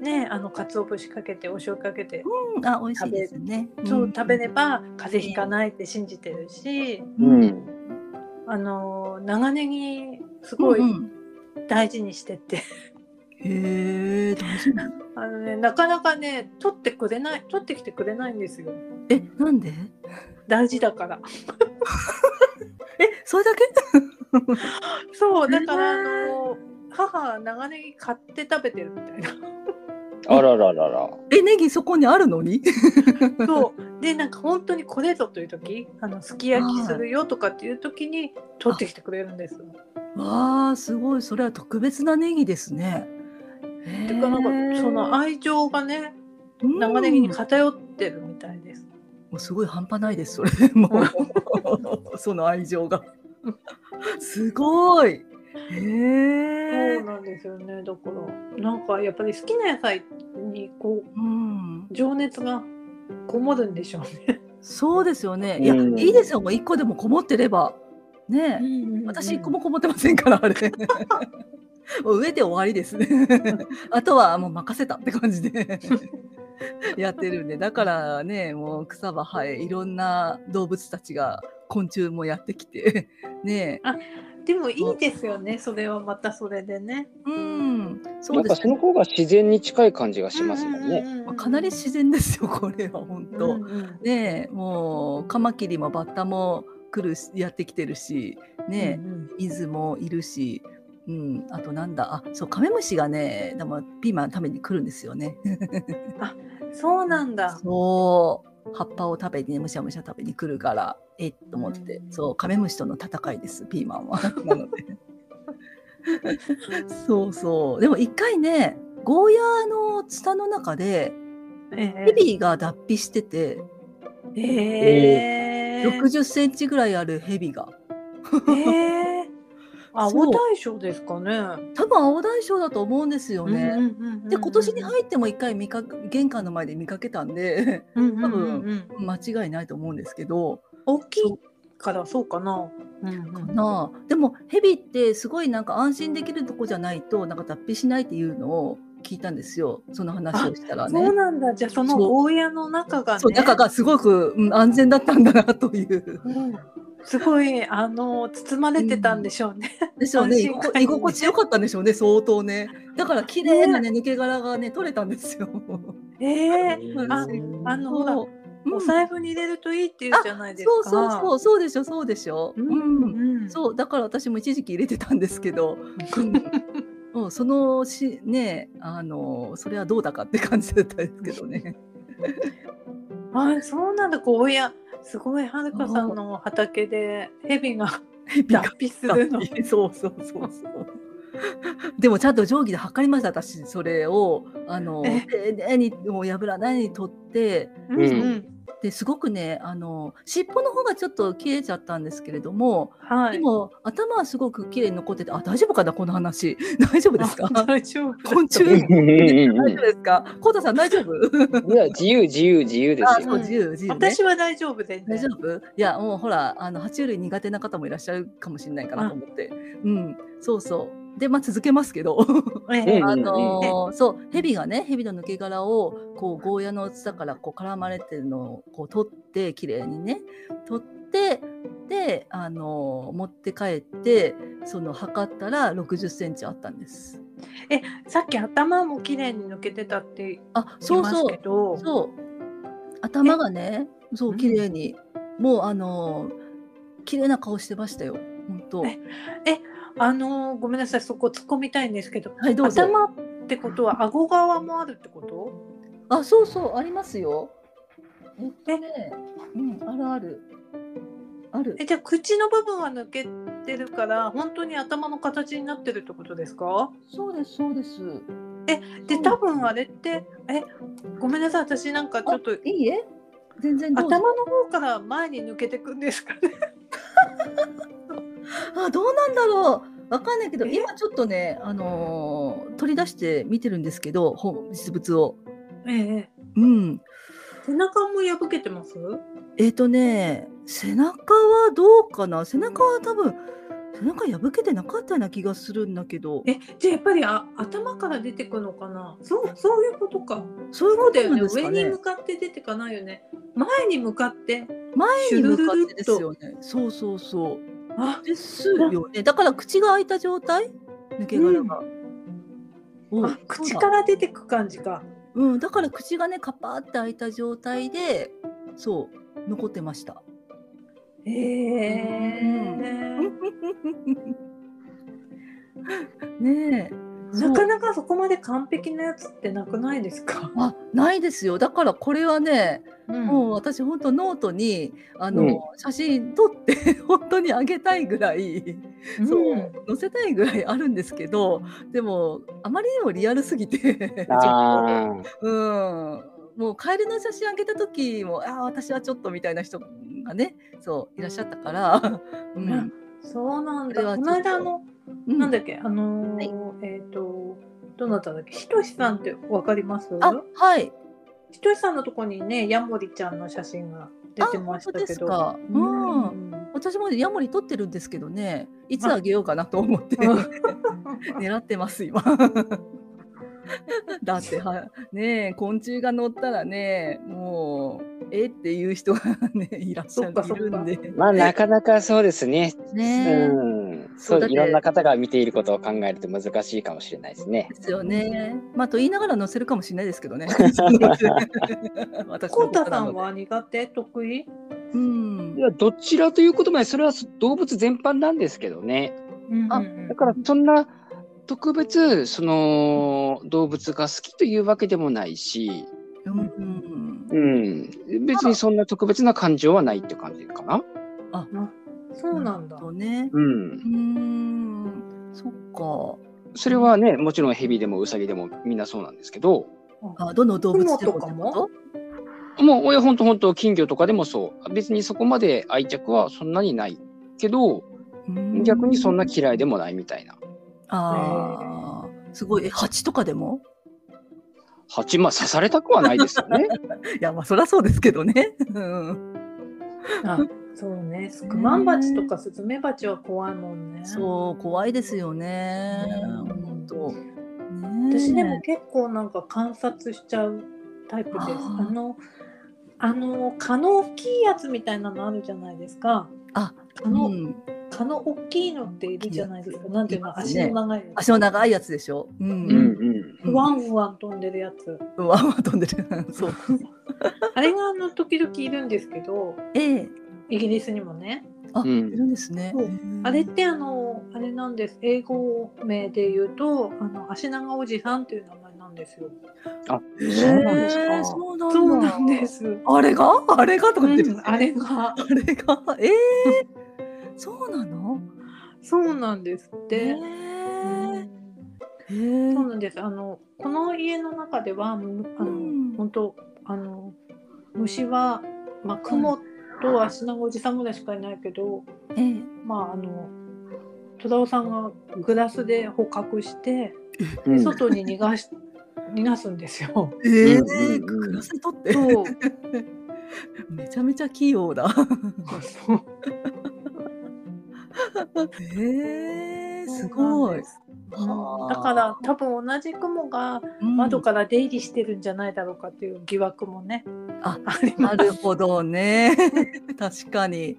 [SPEAKER 1] ね、あの鰹節かけてお醤油かけて、
[SPEAKER 3] うんあ、美味しいですね。
[SPEAKER 1] そう
[SPEAKER 3] うん
[SPEAKER 1] 食べれ。ば風邪ひかないって信じてるし、
[SPEAKER 2] うん。
[SPEAKER 1] あのー長ネギす
[SPEAKER 3] うん
[SPEAKER 1] ごい
[SPEAKER 3] うん
[SPEAKER 1] 大事にしてて、 [laughs]
[SPEAKER 3] へえ。大丈夫。
[SPEAKER 1] あのねなかなかね取ってくれない取ってきてくれないんですよ
[SPEAKER 3] え、なんで？
[SPEAKER 1] 大事だから
[SPEAKER 3] え、それだけ？ [laughs]
[SPEAKER 1] そうだからあの母長ネギ買って食べてるみたいな。
[SPEAKER 2] あらららら。
[SPEAKER 3] え、ネギそこにあるのに？
[SPEAKER 1] そうでなんか本当にこれぞという時あのすき焼きするよとかっていう時に取ってきてくれるんです。
[SPEAKER 3] わあ、すごい。それは特別なネギですね。
[SPEAKER 1] てかなんかその
[SPEAKER 3] あ
[SPEAKER 1] 愛情がね長ネギに偏ってるみたいです。
[SPEAKER 3] もうすごい半端ないですそれ
[SPEAKER 1] [laughs]
[SPEAKER 3] もうその愛情がすごいへ
[SPEAKER 1] そう
[SPEAKER 3] え
[SPEAKER 1] なんですよねだからなんかやっぱり好きな野菜にこう
[SPEAKER 3] うん
[SPEAKER 1] 情熱がこもるんでしょうね。
[SPEAKER 3] そうですよねいや
[SPEAKER 2] うん
[SPEAKER 3] いいですよもう一個でもこもってればねえ私一個もこもってませんからあれ [laughs] もう植えて終わりですねあとはもう任せたって感じでやってるんでだからねもう草は [laughs] 生えいろんな動物たちが昆虫もやってきてねえ
[SPEAKER 1] でもいいですよねそれはまたそれでね。
[SPEAKER 3] うん、そ
[SPEAKER 2] な
[SPEAKER 3] うんで
[SPEAKER 2] か
[SPEAKER 3] す
[SPEAKER 2] その
[SPEAKER 3] ね。
[SPEAKER 2] 方が自然に近い感じがしますもんね。
[SPEAKER 1] うんうんうんうん
[SPEAKER 3] まあかなり自然ですよ、これは本当。
[SPEAKER 1] うんうん
[SPEAKER 3] ねえ、もうカマキリもバッタも来るし、やってきてるし、ね
[SPEAKER 1] うんうん
[SPEAKER 3] え、ミズもいるし、うん、あとなんだ、あ、そうカメムシがね、でもピーマン食べに来るんですよね。
[SPEAKER 1] そうなんだ。
[SPEAKER 3] そう、葉っぱを食べにね、むしゃむしゃ食べに来るから、えっと思って、そうカメムシとの戦いです、ピーマン
[SPEAKER 1] [laughs]
[SPEAKER 3] は。なので。そうそう、でも一回ね、ゴーヤーのツタの中で。
[SPEAKER 1] ええ
[SPEAKER 3] ヘビが脱皮してて、
[SPEAKER 1] えー、
[SPEAKER 3] 60センチぐらいあるヘビが。
[SPEAKER 1] えー、
[SPEAKER 3] そう
[SPEAKER 1] 青大将ですかね。
[SPEAKER 3] 多分青大将だと思うんですよね。
[SPEAKER 1] うんうんうんうん
[SPEAKER 3] で今年に入っても一回見か玄関の前で見かけたんで
[SPEAKER 1] うんうんうんうん、
[SPEAKER 3] 間違いないと思うんですけど、
[SPEAKER 1] 大きいからそうかな。うんうん
[SPEAKER 3] なあでもヘビってすごいなんか安心できるとこじゃないとなんか脱皮しないっていうのを聞いたんですよその話をしたらね。
[SPEAKER 1] そうなんだ。じゃあその
[SPEAKER 3] そう
[SPEAKER 1] ゴーヤの中がね、
[SPEAKER 3] そう中がすごく、うん安全だったんだなという。
[SPEAKER 1] うんすごいあの包まれてたんでしょうね。
[SPEAKER 3] でしょうね
[SPEAKER 1] 安
[SPEAKER 3] 居
[SPEAKER 1] 心感
[SPEAKER 3] 心居心地よかったんでしょうね相当ね。だから綺麗なね抜け殻がね取れたんですよ。
[SPEAKER 1] ええ
[SPEAKER 3] うん
[SPEAKER 1] ああのほら、
[SPEAKER 3] そううん
[SPEAKER 1] お財布に入れるといいって言うじゃないですか。
[SPEAKER 3] そうそうそうそうでしょそうでしょ。
[SPEAKER 1] うん
[SPEAKER 3] うん。
[SPEAKER 1] うん、
[SPEAKER 3] そうだから私も一時期入れてたんですけど、うん、うんそのしねあのそれはどうだかって感じだったんですけどね。
[SPEAKER 1] [laughs] あそうなんだゴーヤすごいはるかさんの畑でヘビが脱皮するの。
[SPEAKER 3] そうそうそうそう。でもちゃんと定規で測りました私それをあの
[SPEAKER 1] え
[SPEAKER 3] 丁寧にもう破らないように取って
[SPEAKER 1] うんうん
[SPEAKER 3] ですごくねあの尻尾の方がちょっと消えちゃったんですけれども、
[SPEAKER 1] は
[SPEAKER 3] で
[SPEAKER 1] い。
[SPEAKER 3] も頭はすごく綺麗に残っててあ大丈夫かなこの話大丈夫ですか
[SPEAKER 1] あ大丈夫。
[SPEAKER 3] 昆虫
[SPEAKER 2] うんうんうん
[SPEAKER 3] 大丈夫ですか？コウタさん大丈夫？
[SPEAKER 2] いや自由自由自由で
[SPEAKER 3] あ、
[SPEAKER 2] す
[SPEAKER 3] そ
[SPEAKER 2] よ。
[SPEAKER 3] う自由自由ね。
[SPEAKER 1] 私は大丈夫で、ね、
[SPEAKER 3] 大丈夫？いやもうほらあの爬虫類苦手な方もいらっしゃるかもしれないかなと思って、うん、そうそう。でまあ続けますけど、
[SPEAKER 1] ええ
[SPEAKER 2] うん
[SPEAKER 3] あのーそうヘビがねヘビの抜け殻をこうゴーヤのだからこう絡まれてるのをこう取って綺麗にね取ってであのー持って帰ってその測ったら60センチあったんです。
[SPEAKER 1] さっき頭も綺麗に抜けてたって
[SPEAKER 3] あ、
[SPEAKER 1] 言
[SPEAKER 3] そ
[SPEAKER 1] いうま
[SPEAKER 3] そ
[SPEAKER 1] す
[SPEAKER 3] う
[SPEAKER 1] け。ど。
[SPEAKER 3] そう頭がねそう
[SPEAKER 1] うん
[SPEAKER 3] 綺麗に、もうあのー綺麗な顔してましたよ本当
[SPEAKER 1] えあのーごめんなさいそこ突っ込みたいんですけど
[SPEAKER 3] はいどうぞ
[SPEAKER 1] 頭ってことは顎側もあるってこと
[SPEAKER 3] あそうそうありますよえっとねうんあるあるある
[SPEAKER 1] えじゃあ口の部分は抜けてるから本当に頭の形になってるってことですか
[SPEAKER 3] そうですそうです
[SPEAKER 1] えで
[SPEAKER 3] そう
[SPEAKER 1] 多分あれってえごめんなさい私なんかちょっと
[SPEAKER 3] いいえ全然どうぞ
[SPEAKER 1] 頭の方から前に抜けてくんですかね。
[SPEAKER 3] あどうなんだろうわかんないけど
[SPEAKER 1] え
[SPEAKER 3] 今ちょっとねあのー取り出して見てるんですけど本実物を
[SPEAKER 1] ええ、
[SPEAKER 3] うん
[SPEAKER 1] 背中も破けてます。
[SPEAKER 3] えっ、とね、背中はどうかな背中は多分、背中破けてなかったような気がするんだけど、
[SPEAKER 1] えじゃあやっぱりあ頭から出てくのかな。そうそういうことか。
[SPEAKER 3] そういう
[SPEAKER 1] そ
[SPEAKER 3] こ
[SPEAKER 1] うだ
[SPEAKER 3] と
[SPEAKER 1] よ
[SPEAKER 3] なん
[SPEAKER 1] ね
[SPEAKER 3] です
[SPEAKER 1] 上
[SPEAKER 3] か
[SPEAKER 1] に
[SPEAKER 3] ね
[SPEAKER 1] 向。かって出てかないよね。前に向かって。
[SPEAKER 3] 前に向かってです
[SPEAKER 1] シュ
[SPEAKER 3] よね。そうそうそう。
[SPEAKER 1] あ
[SPEAKER 3] ですよね。だから口が開いた状態抜け殻が。お
[SPEAKER 1] あ口か。
[SPEAKER 3] そうだ
[SPEAKER 1] ら出てく感じか。
[SPEAKER 3] うん、だから口がね、カパーって開いた状態で、そう、残ってました。
[SPEAKER 1] へえ
[SPEAKER 3] ねえ。そう
[SPEAKER 1] なかなかそこまで完璧なやつってなくないですか。
[SPEAKER 3] あないですよだからこれはね、
[SPEAKER 1] うん
[SPEAKER 3] もう私本当ノートにあの、
[SPEAKER 2] うん
[SPEAKER 3] 写真撮って [laughs] 本当にあげたいぐらい、そう載せたいぐらいあるんですけどでもあまりにもリアルすぎてちょっ
[SPEAKER 2] あー
[SPEAKER 3] とうんもうカエルの写真あげた時もああ私はちょっとみたいな人がねそういらっしゃったから、うん
[SPEAKER 1] そうなん
[SPEAKER 3] これ
[SPEAKER 1] だ。
[SPEAKER 3] は
[SPEAKER 1] こ
[SPEAKER 3] ちょっと
[SPEAKER 1] の間の
[SPEAKER 3] うん
[SPEAKER 1] なんだっけ、あのー
[SPEAKER 3] はい
[SPEAKER 1] えっ、と、どなただっけ、ひとしさんってわかります。
[SPEAKER 3] あはい
[SPEAKER 1] ひとしさんのとこにね、ヤモリちゃんの写真が出
[SPEAKER 3] あ
[SPEAKER 1] てま
[SPEAKER 3] 本
[SPEAKER 1] し
[SPEAKER 3] 当
[SPEAKER 1] た
[SPEAKER 3] で
[SPEAKER 1] け
[SPEAKER 3] す
[SPEAKER 1] ど。
[SPEAKER 3] か、う
[SPEAKER 1] うんん
[SPEAKER 3] 私もヤモリ撮ってるんですけど [laughs] ねいつあげようかなと思って
[SPEAKER 1] あ [laughs]
[SPEAKER 3] 狙ってます今。だってはねえ昆虫が乗ったらねもうえっていう人がねいらっしゃ
[SPEAKER 1] そっかそ
[SPEAKER 3] る
[SPEAKER 1] っ
[SPEAKER 3] い
[SPEAKER 1] か
[SPEAKER 3] るんで
[SPEAKER 2] まあなかなかそうですね。
[SPEAKER 3] ねえ
[SPEAKER 2] うん、
[SPEAKER 3] そ
[SPEAKER 2] そうう
[SPEAKER 3] だって
[SPEAKER 2] いろんな方が見ていることを考えると難しいかもしれないですね。
[SPEAKER 3] ですよね。まあと言いながら乗せるかもしれないですけど
[SPEAKER 1] [laughs]
[SPEAKER 3] ね。私
[SPEAKER 1] コ
[SPEAKER 3] の
[SPEAKER 1] ン
[SPEAKER 3] こと
[SPEAKER 1] タ
[SPEAKER 3] なの
[SPEAKER 1] さ
[SPEAKER 3] で
[SPEAKER 1] んは苦手得意
[SPEAKER 3] うん
[SPEAKER 2] いやどちらということもないそれは動物全般なんですけどね。
[SPEAKER 3] あ
[SPEAKER 2] だからそんな特別その動物が好きというわけでもないし、
[SPEAKER 3] うんうん
[SPEAKER 2] うん、別にそんな特別な感情はないって感じかな。
[SPEAKER 1] そうなんだ
[SPEAKER 3] るほどね。
[SPEAKER 2] うん
[SPEAKER 3] う、ーんそっ
[SPEAKER 2] それはねもちろんヘビでもウサギでもみんなそうなんですけど
[SPEAKER 3] か。あどの動物で
[SPEAKER 1] 雲とかも
[SPEAKER 3] ってこ
[SPEAKER 2] もう親ほんとほんと金魚とかでもそう別にそこまで愛着はそんなにないけど
[SPEAKER 3] とうん
[SPEAKER 2] 逆にそんな嫌いでもないみたいな。
[SPEAKER 3] あーすごいえ蜂とかでも
[SPEAKER 2] 蜂まあ刺されたくはないですよね。
[SPEAKER 3] いやまあそりゃそうですけどね。 [laughs] うん
[SPEAKER 1] あそうねスクマンバチとかスズメバチは怖いもんね
[SPEAKER 3] そう怖いですよね。
[SPEAKER 1] うん
[SPEAKER 3] 本当。ねえ
[SPEAKER 1] 私でも結構なんか観察しちゃうタイプです。
[SPEAKER 3] あ
[SPEAKER 1] あ
[SPEAKER 3] ー
[SPEAKER 1] のあの蚊の大きいやつみたいなのあるじゃないですか。
[SPEAKER 3] あ
[SPEAKER 1] 蚊の、
[SPEAKER 3] うん
[SPEAKER 1] 蚊の大きいのっているじゃないですか。なんていうの
[SPEAKER 3] います
[SPEAKER 1] 足
[SPEAKER 3] ね
[SPEAKER 1] の長いやつ。
[SPEAKER 3] 足の長いやつでしょ。うん
[SPEAKER 2] うんうん
[SPEAKER 3] うん
[SPEAKER 1] ふわんふわん飛んでるやつ。
[SPEAKER 3] うんわんわん飛んでる。 [laughs] そう。
[SPEAKER 1] あれがあの時々いるんですけど、
[SPEAKER 3] ええ。
[SPEAKER 1] イギリスにもね。
[SPEAKER 3] あ、
[SPEAKER 2] う
[SPEAKER 3] い
[SPEAKER 2] ん
[SPEAKER 3] るんですね
[SPEAKER 1] そう。あれっ
[SPEAKER 3] え
[SPEAKER 1] てあのあれなんです。英語名で言うとあの足長おじさんという名前なんですよ。
[SPEAKER 2] あ
[SPEAKER 3] え
[SPEAKER 2] そうなんですか。
[SPEAKER 3] そうなんだ
[SPEAKER 1] そうなんで。す。
[SPEAKER 3] あれがあれがとか言って
[SPEAKER 1] う
[SPEAKER 3] る
[SPEAKER 1] ん。あれが
[SPEAKER 3] あれがええ。そうなの？
[SPEAKER 1] そうなんですっ
[SPEAKER 3] え
[SPEAKER 1] て。
[SPEAKER 3] え。え
[SPEAKER 1] そう
[SPEAKER 3] え。
[SPEAKER 1] なんです。あのこの家の中ではむあの、
[SPEAKER 3] うん
[SPEAKER 1] 本当あの虫はまあ雲と足長おじさんぐらいしかいないけど、
[SPEAKER 3] ええ。
[SPEAKER 1] まああの戸田尾さんがグラスで捕獲して、
[SPEAKER 2] う
[SPEAKER 1] で
[SPEAKER 2] ん
[SPEAKER 1] 外に逃がし逃がすんですよ。
[SPEAKER 3] ええ
[SPEAKER 2] うんうんうん
[SPEAKER 3] 暮らせとって [laughs]
[SPEAKER 1] そう
[SPEAKER 3] めちゃめちゃ器用だ。
[SPEAKER 1] そう
[SPEAKER 3] ええすご
[SPEAKER 1] なん
[SPEAKER 3] い
[SPEAKER 1] で。す
[SPEAKER 3] はあ
[SPEAKER 1] だから多分同じ雲が窓から出入りしてるんじゃないだろうかという疑惑もね、
[SPEAKER 3] あ
[SPEAKER 1] ありま
[SPEAKER 3] な
[SPEAKER 1] す。
[SPEAKER 3] るほど [laughs] ね。確かに。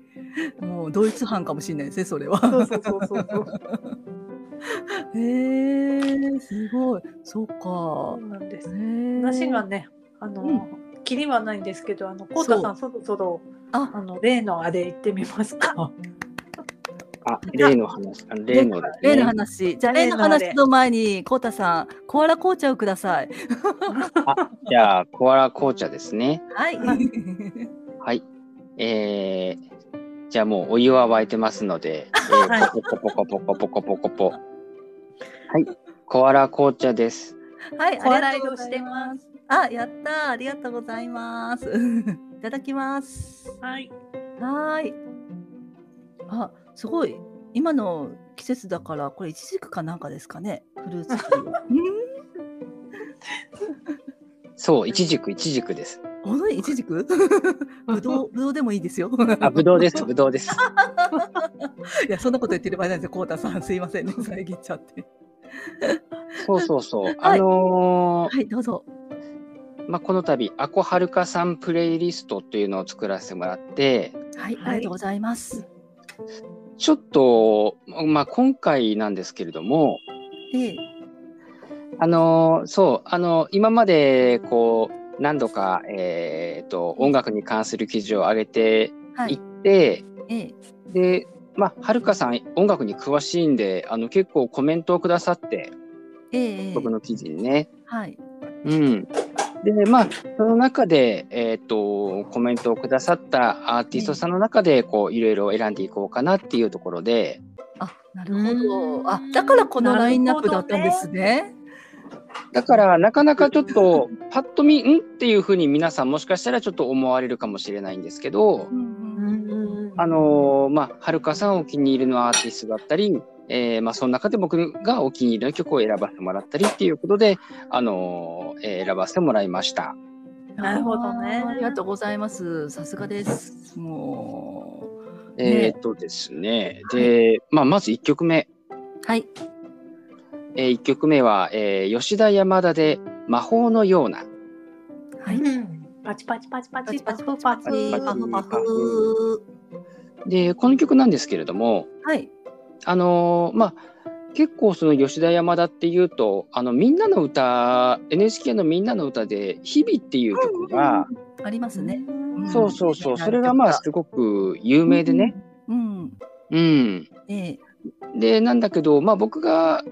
[SPEAKER 3] もうドイツ班かもしれないですね、それは。
[SPEAKER 1] そう
[SPEAKER 3] [laughs]
[SPEAKER 1] そうそうそうそう。
[SPEAKER 3] へえすごい。そう
[SPEAKER 1] そう
[SPEAKER 3] か。
[SPEAKER 1] なんです。
[SPEAKER 3] へえ
[SPEAKER 1] 話がね、あの、
[SPEAKER 3] うん
[SPEAKER 1] キリはないんですけど、あの、こうたさん、そろそろ、
[SPEAKER 3] あ、
[SPEAKER 1] あの、例のあれ行ってみますか。
[SPEAKER 2] あ例の話あ例のですね
[SPEAKER 3] 例の話。じゃあ、例の話の前に、こうたさん、コアラ紅茶をください。
[SPEAKER 2] じゃあコアラ紅茶ですね。
[SPEAKER 3] [laughs] はい。
[SPEAKER 2] はい。えー、じゃあもうお湯は沸いてますので、え
[SPEAKER 1] は
[SPEAKER 2] ー、
[SPEAKER 1] い
[SPEAKER 2] ポコポコポコポコポコポコ。はい。コアラ紅茶です。
[SPEAKER 3] はい、
[SPEAKER 1] 小
[SPEAKER 3] あ
[SPEAKER 1] 洗
[SPEAKER 3] り
[SPEAKER 1] い
[SPEAKER 3] がとう
[SPEAKER 1] を
[SPEAKER 3] ご
[SPEAKER 1] し
[SPEAKER 3] ざ
[SPEAKER 1] て
[SPEAKER 3] いま。
[SPEAKER 1] ます
[SPEAKER 3] あ、やった。ありがとうご [laughs] ざいます。いただきます。
[SPEAKER 1] はい。
[SPEAKER 3] はーい。あ、すごい。今の季節だから、これイチジクかなんかですかね。フルーツティーは。うん
[SPEAKER 2] そう、イチジク、イチジクです。
[SPEAKER 3] 本当にイチジ [laughs] ク。ぶどう、ぶ [laughs] どうでもいいですよ。
[SPEAKER 2] あ、ぶどうです、ぶどうです。
[SPEAKER 3] いや、そんなこと言ってる場合ないですよ。こうたさん、すいませんね。遮っちゃって。
[SPEAKER 2] そうそうそう。あのー
[SPEAKER 3] はい、どうぞ。
[SPEAKER 2] まあ、この度、アコハルカさんプレイリストというのを作らせてもらって、
[SPEAKER 3] はい、
[SPEAKER 1] はい
[SPEAKER 3] ありがとうございます。
[SPEAKER 2] ちょっと、まあ、今回なんですけれども、
[SPEAKER 3] ええ、
[SPEAKER 2] あのーそう、あのー今まで、こう、何度か、えっと、音楽に関する記事を上げて
[SPEAKER 3] はいい
[SPEAKER 2] っ、て、
[SPEAKER 3] ええ、
[SPEAKER 2] で、まあ、はるかさん、音楽に詳しいんで、あの、結構コメントをくださって、
[SPEAKER 3] ええ、ええ
[SPEAKER 2] 僕の記事にね。
[SPEAKER 3] はい、
[SPEAKER 2] うん。で、まあ、その中で、えっ、と、コメントをくださったアーティストさんの中で、こう、いろいろ選んでいこうかなっていうところで、
[SPEAKER 3] あ、なるほ
[SPEAKER 1] う
[SPEAKER 3] ど。
[SPEAKER 1] ん
[SPEAKER 3] あ、だからこのラインナップだったんですね。
[SPEAKER 2] だから、なかなかちょっと、パッと見、んっていうふうに皆さんもしかしたらちょっと思われるかもしれないんですけど
[SPEAKER 3] う、んうん
[SPEAKER 2] あのーまあ、はるかさんお気に入りのアーティストだったり、えーまあ、その中で僕がお気に入りの曲を選ばせてもらったりっていうことで、あのーえー選ばせてもらいました。
[SPEAKER 1] なるほどね
[SPEAKER 3] あーありがとうございます。さすがです。も
[SPEAKER 2] え
[SPEAKER 3] ね
[SPEAKER 2] ーっとですね、で、まあ、まず1曲目、
[SPEAKER 3] う。はい。
[SPEAKER 2] えー、1曲目は、えー吉田山田で魔法のような。
[SPEAKER 3] はい。
[SPEAKER 1] パチパチパチパ
[SPEAKER 3] パ
[SPEAKER 1] チ
[SPEAKER 3] チ
[SPEAKER 1] パ
[SPEAKER 3] パ
[SPEAKER 1] チ
[SPEAKER 3] チ
[SPEAKER 1] パ
[SPEAKER 3] パ
[SPEAKER 1] チパ
[SPEAKER 3] チパ
[SPEAKER 1] チ
[SPEAKER 3] チ
[SPEAKER 1] パ
[SPEAKER 3] パ
[SPEAKER 1] チ
[SPEAKER 3] フパフ。
[SPEAKER 2] で、この曲なんですけれども、
[SPEAKER 3] はい。
[SPEAKER 2] あのーまあ、結構その吉田山田っていうと、あの、みんなの歌、NHK のみんなの歌で、日々っていう曲が、
[SPEAKER 3] ありますね。うん
[SPEAKER 2] そうそうそう、
[SPEAKER 3] うん
[SPEAKER 2] それがまあ、すごく有名でね。
[SPEAKER 3] うん。
[SPEAKER 2] うん。
[SPEAKER 3] ええ。
[SPEAKER 2] でなんだけど、まあ、僕が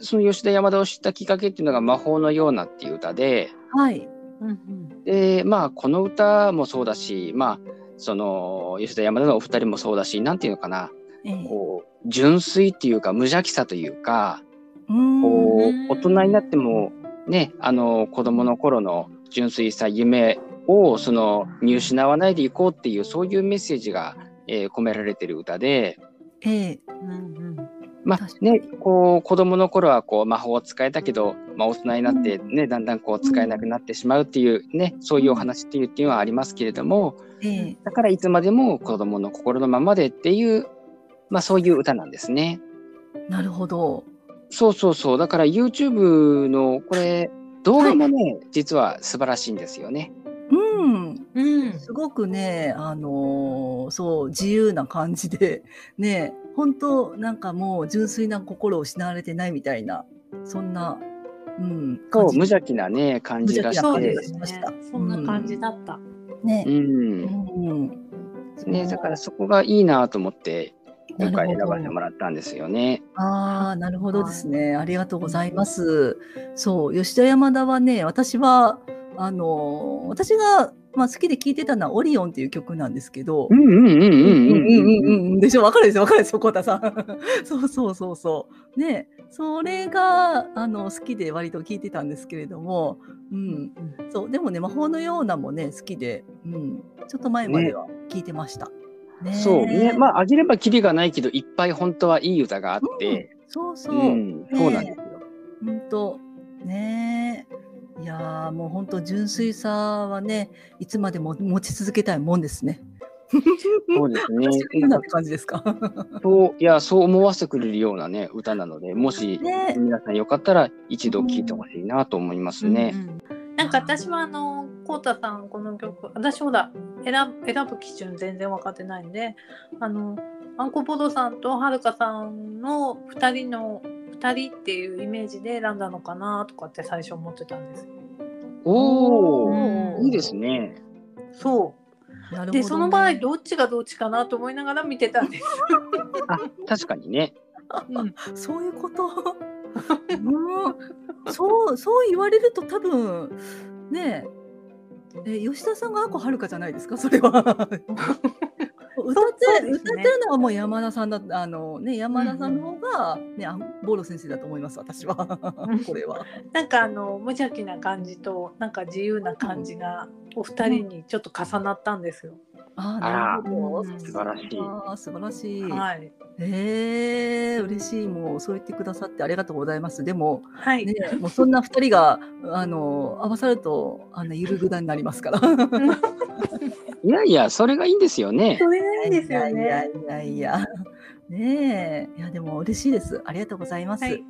[SPEAKER 2] その吉田山田を知ったきっかけっていうのが「魔法のような」っていう歌で
[SPEAKER 3] はい。
[SPEAKER 1] うん
[SPEAKER 2] で、まあ、この歌もそうだし、まあ、その吉田山田のお二人もそうだしなんていうのかな
[SPEAKER 3] ええ。
[SPEAKER 2] こう純粋っていうか無邪気さというか
[SPEAKER 3] うーん。
[SPEAKER 2] こ
[SPEAKER 1] うん
[SPEAKER 2] う大人になっても、ね、あの子供の頃の純粋さ夢をその見失わないでいこうっていうそういうメッセージが、えー込められてる歌で。
[SPEAKER 3] ええ。
[SPEAKER 1] うん
[SPEAKER 2] まあ
[SPEAKER 3] 確か
[SPEAKER 2] ね
[SPEAKER 3] に、
[SPEAKER 2] こう子供の頃はこう魔法を使えたけど、まあ、大人になって、ねだんだんこう使えなくなってしまうっていう、ね、そういうお話っていうっていうのはありますけれども
[SPEAKER 3] ええ。
[SPEAKER 2] だからいつまでも子供の心のままでっていう、まあ、そういう歌なんですね。
[SPEAKER 3] なるほど。
[SPEAKER 2] そうそうそうだから YouTube のこれ動画もね、実は素晴らしいんですよね。
[SPEAKER 3] うん。
[SPEAKER 1] うん
[SPEAKER 3] すごくね、あのーそう、自由な感じで、ね、本当なんかもう純粋な心を失われてないみたいな、そんな、うん、
[SPEAKER 2] こう
[SPEAKER 3] 感じ
[SPEAKER 2] 無邪気なね感じが
[SPEAKER 3] 無
[SPEAKER 2] し
[SPEAKER 1] そう
[SPEAKER 3] 邪
[SPEAKER 1] で
[SPEAKER 2] て
[SPEAKER 3] 気。
[SPEAKER 1] すね。そんな感じだった。
[SPEAKER 3] ね
[SPEAKER 2] う。ん
[SPEAKER 3] うん。
[SPEAKER 2] ね、だからそこがいいなと思って今回
[SPEAKER 3] な
[SPEAKER 2] 選
[SPEAKER 3] るほ
[SPEAKER 2] ば
[SPEAKER 3] ど
[SPEAKER 2] せてもらったんですよね。 [laughs]
[SPEAKER 3] ああ、なるほどですね。ありがとうございます。そう、吉田山田はね、私は、あのー、私が、まあ、好きで聴いてたのはオリオンっていう曲なんですけど、
[SPEAKER 2] うんうんうん
[SPEAKER 3] う
[SPEAKER 2] うんうんうんうん。
[SPEAKER 3] んうんでしょ、わかるでしょ、わかるでしょ、コウタさん。 [laughs] そうそうそうそう。ね、それが、あの、好きで割と聞いてたんですけれども、うん、そう、でもね、魔法のようなもね、好きで、うん、ちょっと前までは聞いてました。ね
[SPEAKER 2] そうね。まあ、あげればキリがないけど、いっぱい本当はいい歌があって、
[SPEAKER 3] そうそうう。
[SPEAKER 2] ん、そうなんですよ。
[SPEAKER 3] 本当ねえいやーもう本当純粋さはねいつまでも持ち続けたいもんですね。
[SPEAKER 2] そうですね
[SPEAKER 3] 私。変な感じですか。
[SPEAKER 2] そう、いや、そう思わせてくれるようなね、歌なので、もし、
[SPEAKER 3] ね
[SPEAKER 2] 皆さんよかったら一度聴いてほしいなと思いますね。
[SPEAKER 1] なんか私はあのコウタさんこの曲私ほら選ぶ選ぶ基準全然分かってないんであのアンコボドさんとはるかさんの2人の2人っていうイメージで選んだのかなとかって最初思ってたんですよ
[SPEAKER 2] おお、
[SPEAKER 1] うん
[SPEAKER 2] いいですね。
[SPEAKER 1] そ
[SPEAKER 3] なるほど
[SPEAKER 1] う
[SPEAKER 3] ね
[SPEAKER 1] でその場合どっちがどっちかなと思いながら見てたんです、
[SPEAKER 2] あ、確かにね。
[SPEAKER 1] うん
[SPEAKER 3] そういうこと。 [laughs] うん、そうそう言われると多分ねええ吉田さんがアコはるかじゃないですかそれは。歌って
[SPEAKER 1] そうですね
[SPEAKER 3] 歌ってるのはもう山田さんだあのね山田さんの方がね、あボロ先生だと思います私はこれは。
[SPEAKER 1] [laughs] なんかあの無邪気な感じとなんか自由な感じがお二人にちょっと重なったんですよ、
[SPEAKER 3] あ
[SPEAKER 2] あら
[SPEAKER 3] なるほど
[SPEAKER 1] 素
[SPEAKER 2] 晴らしい
[SPEAKER 3] あー素晴らしい。
[SPEAKER 1] はい
[SPEAKER 3] えー、嬉しいもうそう言ってくださってありがとうございます。でも
[SPEAKER 1] はい、 [laughs]
[SPEAKER 3] ね、もうそんな二人があの合わさるとあのゆるぐだになりますから。
[SPEAKER 2] いやいや、それがいいんですよね。
[SPEAKER 1] それなんですよね
[SPEAKER 3] いやいやいやいや。ねえ、いやでも嬉しいです。ありがとうございます。
[SPEAKER 1] は
[SPEAKER 3] はいい、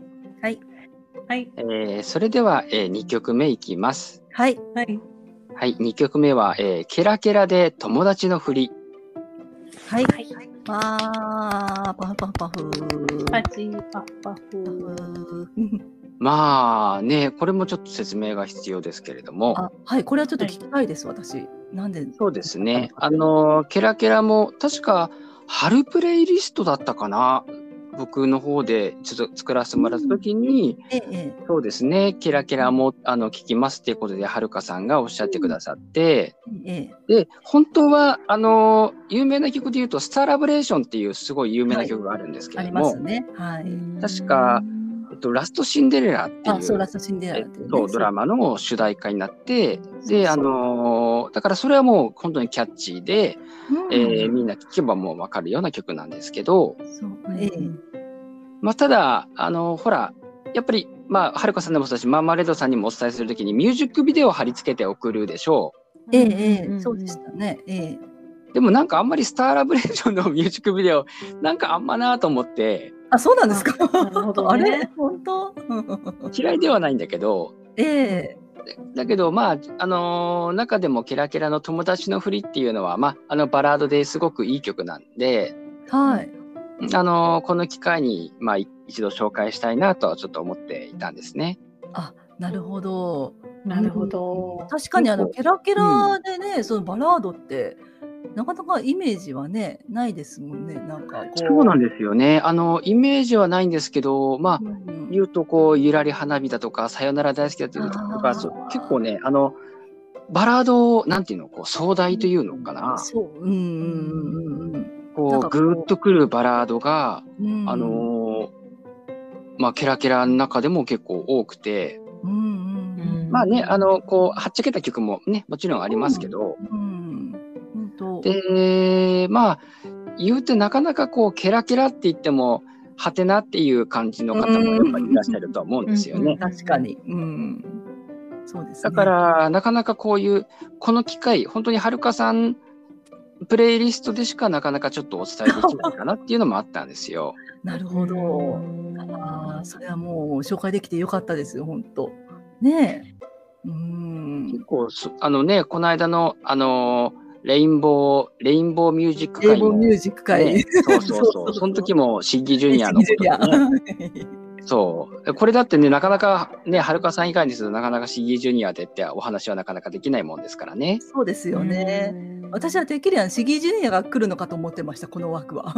[SPEAKER 3] はい、
[SPEAKER 1] はい
[SPEAKER 2] えーそれでは、え2曲目いきます。
[SPEAKER 3] はい、
[SPEAKER 1] はい
[SPEAKER 2] はい、2曲目は、えーケラケラで友達のふり。
[SPEAKER 3] はい、
[SPEAKER 1] はい
[SPEAKER 3] わー、パフパフパフ。
[SPEAKER 1] パチパッパフ
[SPEAKER 2] まあね、これもちょっと説明が必要ですけれども、
[SPEAKER 3] あ、はい、これはちょっと聞きたいです、私。なんで。
[SPEAKER 2] そうですね、あの、ケラケラも、確か、春プレイリストだったかな、僕の方でちょっと作らせてもらったときに、
[SPEAKER 3] ええ、
[SPEAKER 2] そうですね、ケラケラもあの聞きますっていうことで、はるかさんがおっしゃってくださって、
[SPEAKER 3] ええ、
[SPEAKER 2] で、本当は、あの、有名な曲で言うと、スターラブレーションっていうすごい有名な曲があるんですけ
[SPEAKER 3] あ
[SPEAKER 2] れ
[SPEAKER 3] り
[SPEAKER 2] ど
[SPEAKER 3] ま
[SPEAKER 2] も、
[SPEAKER 3] すね。はい。
[SPEAKER 2] 確かえっと、ラストシンデレラっていう。
[SPEAKER 3] あ、そう、ラストシンデレラっていうね、
[SPEAKER 2] そうドラマの主題歌になって
[SPEAKER 3] そう
[SPEAKER 2] であのーだからそれはもう本当にキャッチーで、
[SPEAKER 3] うん。
[SPEAKER 2] えーみんな聴けばもう分かるような曲なんですけど、
[SPEAKER 3] そう、ええ、
[SPEAKER 2] まあ、ただあのーほらやっぱりまあはるかさんでもそうだしマーマレードさんにもお伝えするときにミュージックビデオを貼り付けて送るでしょ
[SPEAKER 3] ええ、え
[SPEAKER 1] うん
[SPEAKER 3] え、そうでしたね。ええ。
[SPEAKER 2] [laughs] うでもなんかあんまりスターラブレーションのミュージックビデオなんかあんまなと思って
[SPEAKER 3] あ、そうなんですか。
[SPEAKER 1] なるほど
[SPEAKER 3] [laughs] あ
[SPEAKER 1] ね
[SPEAKER 3] れ、本当。 [laughs]
[SPEAKER 2] 嫌いではないんだけど、
[SPEAKER 3] ええ
[SPEAKER 2] だけど、まあ、あのー中でもケラケラの友達のふりっていうのは、まあ、あのバラードですごくいい曲なんで、
[SPEAKER 3] はい。
[SPEAKER 2] あのーこの機会に、まあ、い一度紹介したいなとはちょっと思っていたんですね。
[SPEAKER 3] なるほど。
[SPEAKER 1] なるほど。
[SPEAKER 3] 確かにあの
[SPEAKER 2] 結
[SPEAKER 3] ケラケラでね、そのバラードってなかなかイメージはねないですもんね。なんかこう。
[SPEAKER 2] そうなんですよね。あの、イメージはないんですけど、まあ、
[SPEAKER 3] うん
[SPEAKER 2] 言うと、こう、ゆらり花火だとか、さよなら大好きだという歌と
[SPEAKER 3] あ
[SPEAKER 2] か、
[SPEAKER 3] ー
[SPEAKER 2] そう結構ね、あの、バラードを、なんていうの、こう、壮大というのかな。
[SPEAKER 3] そう。うんうんうんうんな
[SPEAKER 2] こ
[SPEAKER 3] ん
[SPEAKER 2] う、
[SPEAKER 3] かこう
[SPEAKER 2] ぐーっとくるバラードが、
[SPEAKER 3] うん。
[SPEAKER 2] あのーまあ、ケラケラの中でも結構多くて、
[SPEAKER 3] うんうんうん。
[SPEAKER 2] まあね、あの、こう、はっちゃけた曲もね、もちろんありますけど、
[SPEAKER 3] うん。本当。
[SPEAKER 2] で、まあ、言うてなかなかこう、ケラケラって言っても、はてなっていう感じの方もやっぱりいらっしゃるとは思うんですよね。
[SPEAKER 3] 確かに。うん。そうです、
[SPEAKER 2] だ
[SPEAKER 3] ね。
[SPEAKER 2] か。ら、なかなかこういう、この機会、本当にはるかさん、プレイリストでしかなかなかちょっとお伝えできないかなっていうのもあったんですよ。
[SPEAKER 3] なる
[SPEAKER 1] な
[SPEAKER 3] ほど。ああ、それはもう紹介できてよかったですよ、本当。ねえ。うん
[SPEAKER 2] 結。構そ、あのね、この間の、あのーレインボー、レインボーミュージック
[SPEAKER 3] 英
[SPEAKER 2] 会
[SPEAKER 3] 語
[SPEAKER 2] も、
[SPEAKER 3] ミュージック会。
[SPEAKER 2] ね [laughs] そうそう
[SPEAKER 3] そう
[SPEAKER 2] そ。
[SPEAKER 3] そうう
[SPEAKER 2] その時も、シッギージュニアのこと
[SPEAKER 3] や
[SPEAKER 2] とね、 [laughs] そう。これだってね、なかなか、ね、はるかさん以外にすると、なかなかシッギージュニアでってお話はなかなかできないもんですからね。
[SPEAKER 3] そうですよね。。私はてっきりあのシギージュニアが来るのかと思ってました、この枠は。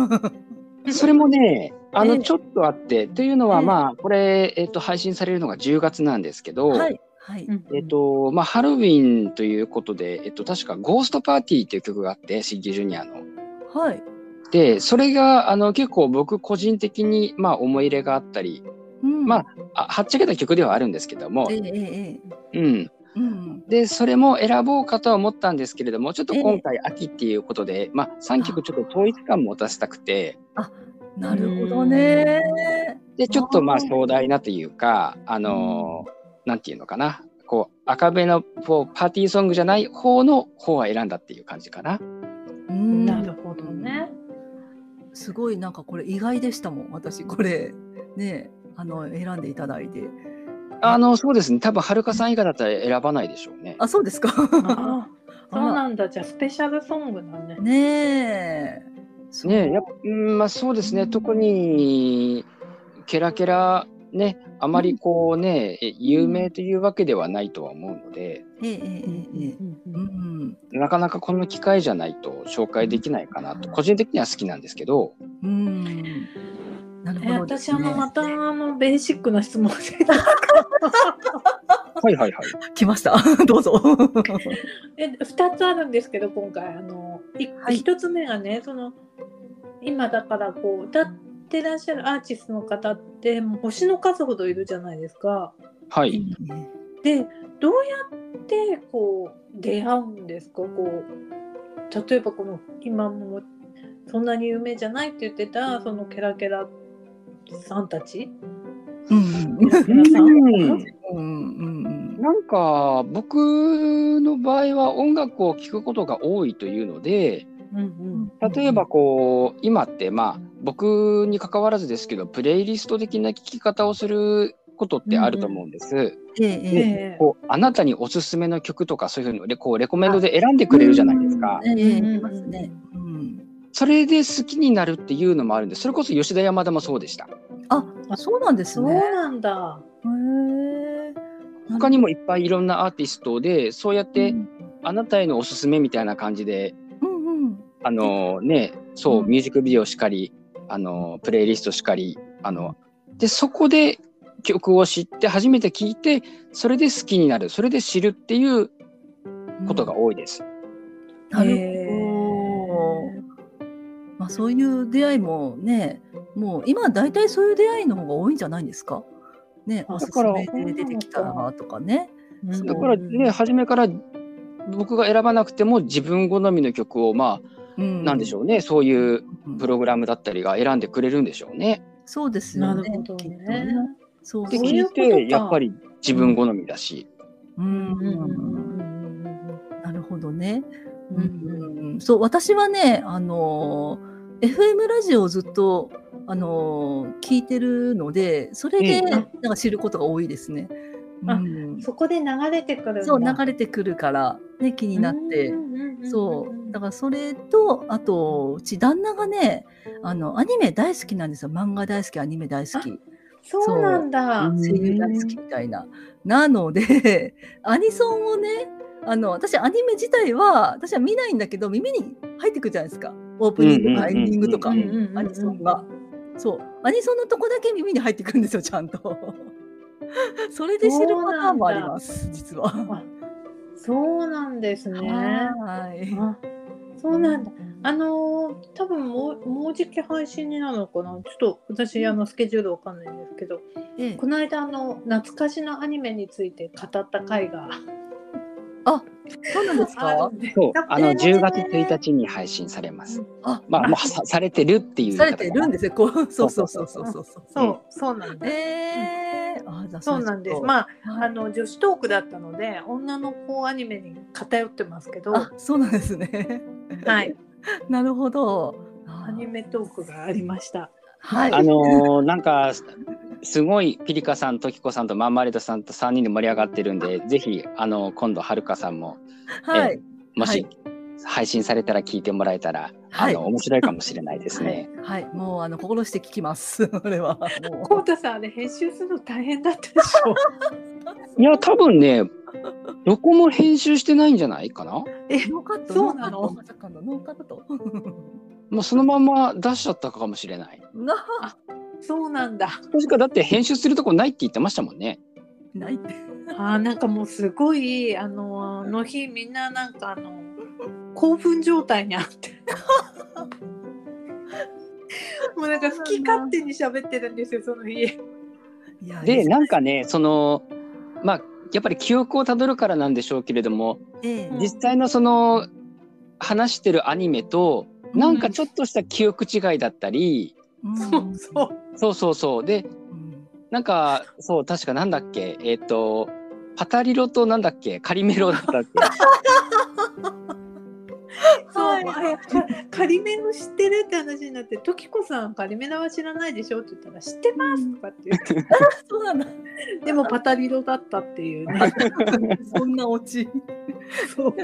[SPEAKER 2] それもね、あ
[SPEAKER 3] え
[SPEAKER 2] の、
[SPEAKER 3] え
[SPEAKER 2] ちょっとあって、というのは、
[SPEAKER 3] ええ
[SPEAKER 2] まあ、これ、えっと、配信されるのが10月なんですけど、
[SPEAKER 3] はい。はい。
[SPEAKER 1] うん
[SPEAKER 2] えっと、まあ、ハロウィンということで、えっと、確か、ゴーストパーティーっていう曲があって、シッギージュニアの。
[SPEAKER 3] はい。
[SPEAKER 2] で、それが、あの、結構僕個人的に、まあ、思い入れがあったり、
[SPEAKER 3] うん
[SPEAKER 2] まあ、はっちゃけた曲ではあるんですけども
[SPEAKER 3] え、ええええ。
[SPEAKER 2] うん。
[SPEAKER 3] うん。
[SPEAKER 2] で、それも選ぼうかとは思ったんですけれども、ちょっと今回秋っていうことで、まあ、3曲ちょっと統一感持たせたくて、
[SPEAKER 3] なるほどね。
[SPEAKER 2] で、ちょっとまあ
[SPEAKER 3] あー
[SPEAKER 2] 壮大なというか、あのーなんていうのかな、こう、赤べのこうパーティーソングじゃない方の方は選んだっていう感じかな。
[SPEAKER 3] うん
[SPEAKER 1] なるほどね。
[SPEAKER 3] すごいなんかこれ意外でしたもん私これねあの選んでいただいて
[SPEAKER 2] あの、そうですね、多分はるかさん以下だったら選ばないでしょうね。
[SPEAKER 3] あそうですか
[SPEAKER 1] ああ、そうなんだ。じゃあスペシャルソングだね。
[SPEAKER 3] ねえそう
[SPEAKER 2] ねえやっぱうんまあそうですね、特にケラケラ、ね、あまりこうね、え有名というわけではないとは思うので、
[SPEAKER 3] ええええええうん
[SPEAKER 2] なかなかこの機会じゃないと紹介できないかなと、個人的には好きなんですけど、
[SPEAKER 3] うんなる
[SPEAKER 1] え
[SPEAKER 3] ほどで
[SPEAKER 1] 私
[SPEAKER 3] す
[SPEAKER 1] あ
[SPEAKER 3] ね、
[SPEAKER 1] のまたあのベーシックな質問して
[SPEAKER 2] はいはいはい。
[SPEAKER 3] 来ました [laughs] ど
[SPEAKER 1] [laughs]
[SPEAKER 3] うぞ
[SPEAKER 1] え2つあるんですけど今回あのい
[SPEAKER 3] はい
[SPEAKER 1] 1つ目がねその今だからこう歌ってらっしゃるアーティストの方ってもう星の数ほどいるじゃないですか。
[SPEAKER 2] はい。
[SPEAKER 1] でどうやってこう出会うんですかこう例えばこの今もそんなに有名じゃないって言ってたそのケラケラさんたち
[SPEAKER 3] うん
[SPEAKER 1] ケラケラさん
[SPEAKER 2] うん
[SPEAKER 3] うんうんうん
[SPEAKER 2] なんか僕の場合は音楽を聴くことが多いというので
[SPEAKER 1] うん
[SPEAKER 2] 例えばこう今ってまあ僕に関わらずですけどプレイリスト的な聴き方をすることってあると思うんです。
[SPEAKER 3] ええ
[SPEAKER 1] うん、
[SPEAKER 3] ええ
[SPEAKER 1] ええ
[SPEAKER 2] こうあなたにおすすめの曲とかそういうふうにレこうレコメンドで選んでくれるじゃないですか。
[SPEAKER 3] ええええ
[SPEAKER 1] うん
[SPEAKER 3] 来ますねうん
[SPEAKER 2] それで好きになるっていうのもあるんでそれこそ吉田山田もそうでした。
[SPEAKER 3] あそうなんです
[SPEAKER 1] そう
[SPEAKER 3] ね
[SPEAKER 1] なんだ。
[SPEAKER 3] へえ
[SPEAKER 2] 他にもいっぱいいろんなアーティストでそうやって
[SPEAKER 3] うん
[SPEAKER 2] あなたへのおすすめみたいな感じで
[SPEAKER 3] うんうん
[SPEAKER 2] あのね、そう、
[SPEAKER 3] うん
[SPEAKER 2] ミュージックビデオしかり、あのプレイリストしかり、あの、で、そこで曲を知って、初めて聴いて、それで好きになる、それで知るっていうことが多いです。
[SPEAKER 3] なる
[SPEAKER 1] へ
[SPEAKER 3] ほ
[SPEAKER 1] え
[SPEAKER 3] ど。まあそういう出会いもね、もう今大体そういう出会いの方が多いんじゃないんですか。ね、
[SPEAKER 1] あ
[SPEAKER 3] おすす
[SPEAKER 2] だから
[SPEAKER 3] めで出てきたなとかね。
[SPEAKER 1] うん
[SPEAKER 2] だからね、初めから僕が選ばなくても自分好みの曲を、まあ、
[SPEAKER 3] な
[SPEAKER 2] なんでしょうね、そういう
[SPEAKER 3] うん。
[SPEAKER 2] プログラムだったりが選んでくれるんでしょうね。
[SPEAKER 3] そうです
[SPEAKER 1] な
[SPEAKER 3] よ
[SPEAKER 1] る
[SPEAKER 3] ね。
[SPEAKER 1] ほど
[SPEAKER 3] きっと
[SPEAKER 1] ね。
[SPEAKER 3] そう
[SPEAKER 2] で、
[SPEAKER 3] そう。
[SPEAKER 1] き
[SPEAKER 2] 聞
[SPEAKER 1] いう
[SPEAKER 2] い
[SPEAKER 1] ことか
[SPEAKER 2] て、やっぱり自分好みだし。
[SPEAKER 3] う
[SPEAKER 1] うん
[SPEAKER 3] ん
[SPEAKER 1] うんうん
[SPEAKER 3] なるほどね。
[SPEAKER 1] うん
[SPEAKER 3] うんうんうんそう私はね、あのー FM ラジオをずっと、あのー聞いてるのでそれで
[SPEAKER 2] うん
[SPEAKER 3] なんか知ることが多いですね。
[SPEAKER 1] あ
[SPEAKER 3] うん
[SPEAKER 1] そこで流れてくるんだ
[SPEAKER 3] そう流れてくるから、ね、気になって。
[SPEAKER 1] うんうんうんうん
[SPEAKER 3] そうだからそれとあとうち旦那がねあのアニメ大好きなんですよ漫画大好きアニメ大好き
[SPEAKER 1] そうなんだ
[SPEAKER 2] うん
[SPEAKER 3] 声優大好きみたいな。なので [laughs] アニソンをねあの私アニメ自体は私は見ないんだけど耳に入ってくるじゃないですかオープニングとかエ
[SPEAKER 2] うんうんうんうん
[SPEAKER 3] ンディングとか
[SPEAKER 1] うんうんうんうん
[SPEAKER 3] アニソンが。そうアニソンのとこだけ耳に入ってくるんですよちゃんと。 [laughs] それで知るパターンもあります実は。
[SPEAKER 1] そうなんですね
[SPEAKER 3] はい
[SPEAKER 1] あそうなんだあのー多分もうもうじき配信になるのかなちょっと私あのスケジュールわかんないんですけど
[SPEAKER 3] ええ
[SPEAKER 1] この間あの懐かしのアニメについて語った回が
[SPEAKER 3] そうなんです
[SPEAKER 1] あ
[SPEAKER 3] か
[SPEAKER 1] るんで
[SPEAKER 2] そう、あの10月1
[SPEAKER 1] 日
[SPEAKER 2] 日に配信されます。
[SPEAKER 3] あ
[SPEAKER 2] まあ、もうさされてるっていう
[SPEAKER 3] さ
[SPEAKER 2] 言い
[SPEAKER 3] れ
[SPEAKER 2] 方
[SPEAKER 3] て
[SPEAKER 2] か
[SPEAKER 3] るん
[SPEAKER 2] な。
[SPEAKER 3] ですよ。こう、そうそうそうそうそうそう。
[SPEAKER 1] そうそうなんです
[SPEAKER 3] ええあ、じゃあ
[SPEAKER 1] そうなんです。
[SPEAKER 3] あ、
[SPEAKER 1] まあ、
[SPEAKER 3] は
[SPEAKER 1] あ
[SPEAKER 3] い
[SPEAKER 1] の女子トークだったので、女の子アニメに偏ってますけど、
[SPEAKER 3] あ、そうなんですね。 [laughs]
[SPEAKER 1] はい、
[SPEAKER 3] なるほど。
[SPEAKER 1] アニメトークがありました。
[SPEAKER 3] はい。
[SPEAKER 2] あのーなんか、すごいピリカさん、トキコさんとマンマレードさんと3人で盛り上がってるんで、ぜひ、あの今度、はるかさんも、
[SPEAKER 3] はい。
[SPEAKER 2] も
[SPEAKER 3] は
[SPEAKER 2] し
[SPEAKER 3] い
[SPEAKER 2] 配信されたら聞いてもらえたら、
[SPEAKER 3] はい
[SPEAKER 2] あの面白いかもしれないですね。
[SPEAKER 3] はい、もうあの心して聞きます。 [laughs] これは。
[SPEAKER 1] コ
[SPEAKER 3] も
[SPEAKER 1] ウタさん、あれ編集するの大変だったでし [laughs] ょ
[SPEAKER 2] い、や、多分ね、どこも編集してないんじゃないかな。
[SPEAKER 1] え
[SPEAKER 3] う、ノーカット。
[SPEAKER 1] そうなの
[SPEAKER 3] ノーカットまさかのノーカット。 [laughs]
[SPEAKER 2] もうそのまま出しちゃったかもしれない。
[SPEAKER 3] な、
[SPEAKER 1] そうなんだ。
[SPEAKER 2] 確かだって編集するとこないって言ってましたもんね。
[SPEAKER 3] ないって。
[SPEAKER 1] あー、なんかもうすごい、あの、あの日、みんななんか、あの。興奮状態にあって。 [laughs] もうなんか好き勝手に喋ってるんですよ、その日。
[SPEAKER 3] いや
[SPEAKER 2] で、なんか
[SPEAKER 3] ね。
[SPEAKER 2] ね、その、まあ、やっぱり記憶をたどるからなんでしょうけれども、
[SPEAKER 3] ええ
[SPEAKER 1] うん
[SPEAKER 2] 実際のその、話してるアニメと、なんかちょっとした記憶違いだったり、
[SPEAKER 3] うん
[SPEAKER 1] そうそう。
[SPEAKER 2] そうそうそう。で、
[SPEAKER 3] うん
[SPEAKER 2] なんか、そう、確かなんだっけ、えっ、と、パタリロとなんだっけ、カリメロだったっけ。
[SPEAKER 1] そう、
[SPEAKER 3] はい
[SPEAKER 1] あれか仮面を知ってるって話になって「時子さん仮面は知らないでしょ」って言ったら「知ってます」とかって言って
[SPEAKER 3] そうなんだ。
[SPEAKER 2] [laughs]
[SPEAKER 1] でもパタリロだったっていうね
[SPEAKER 3] [laughs] そんなオチ。
[SPEAKER 1] そう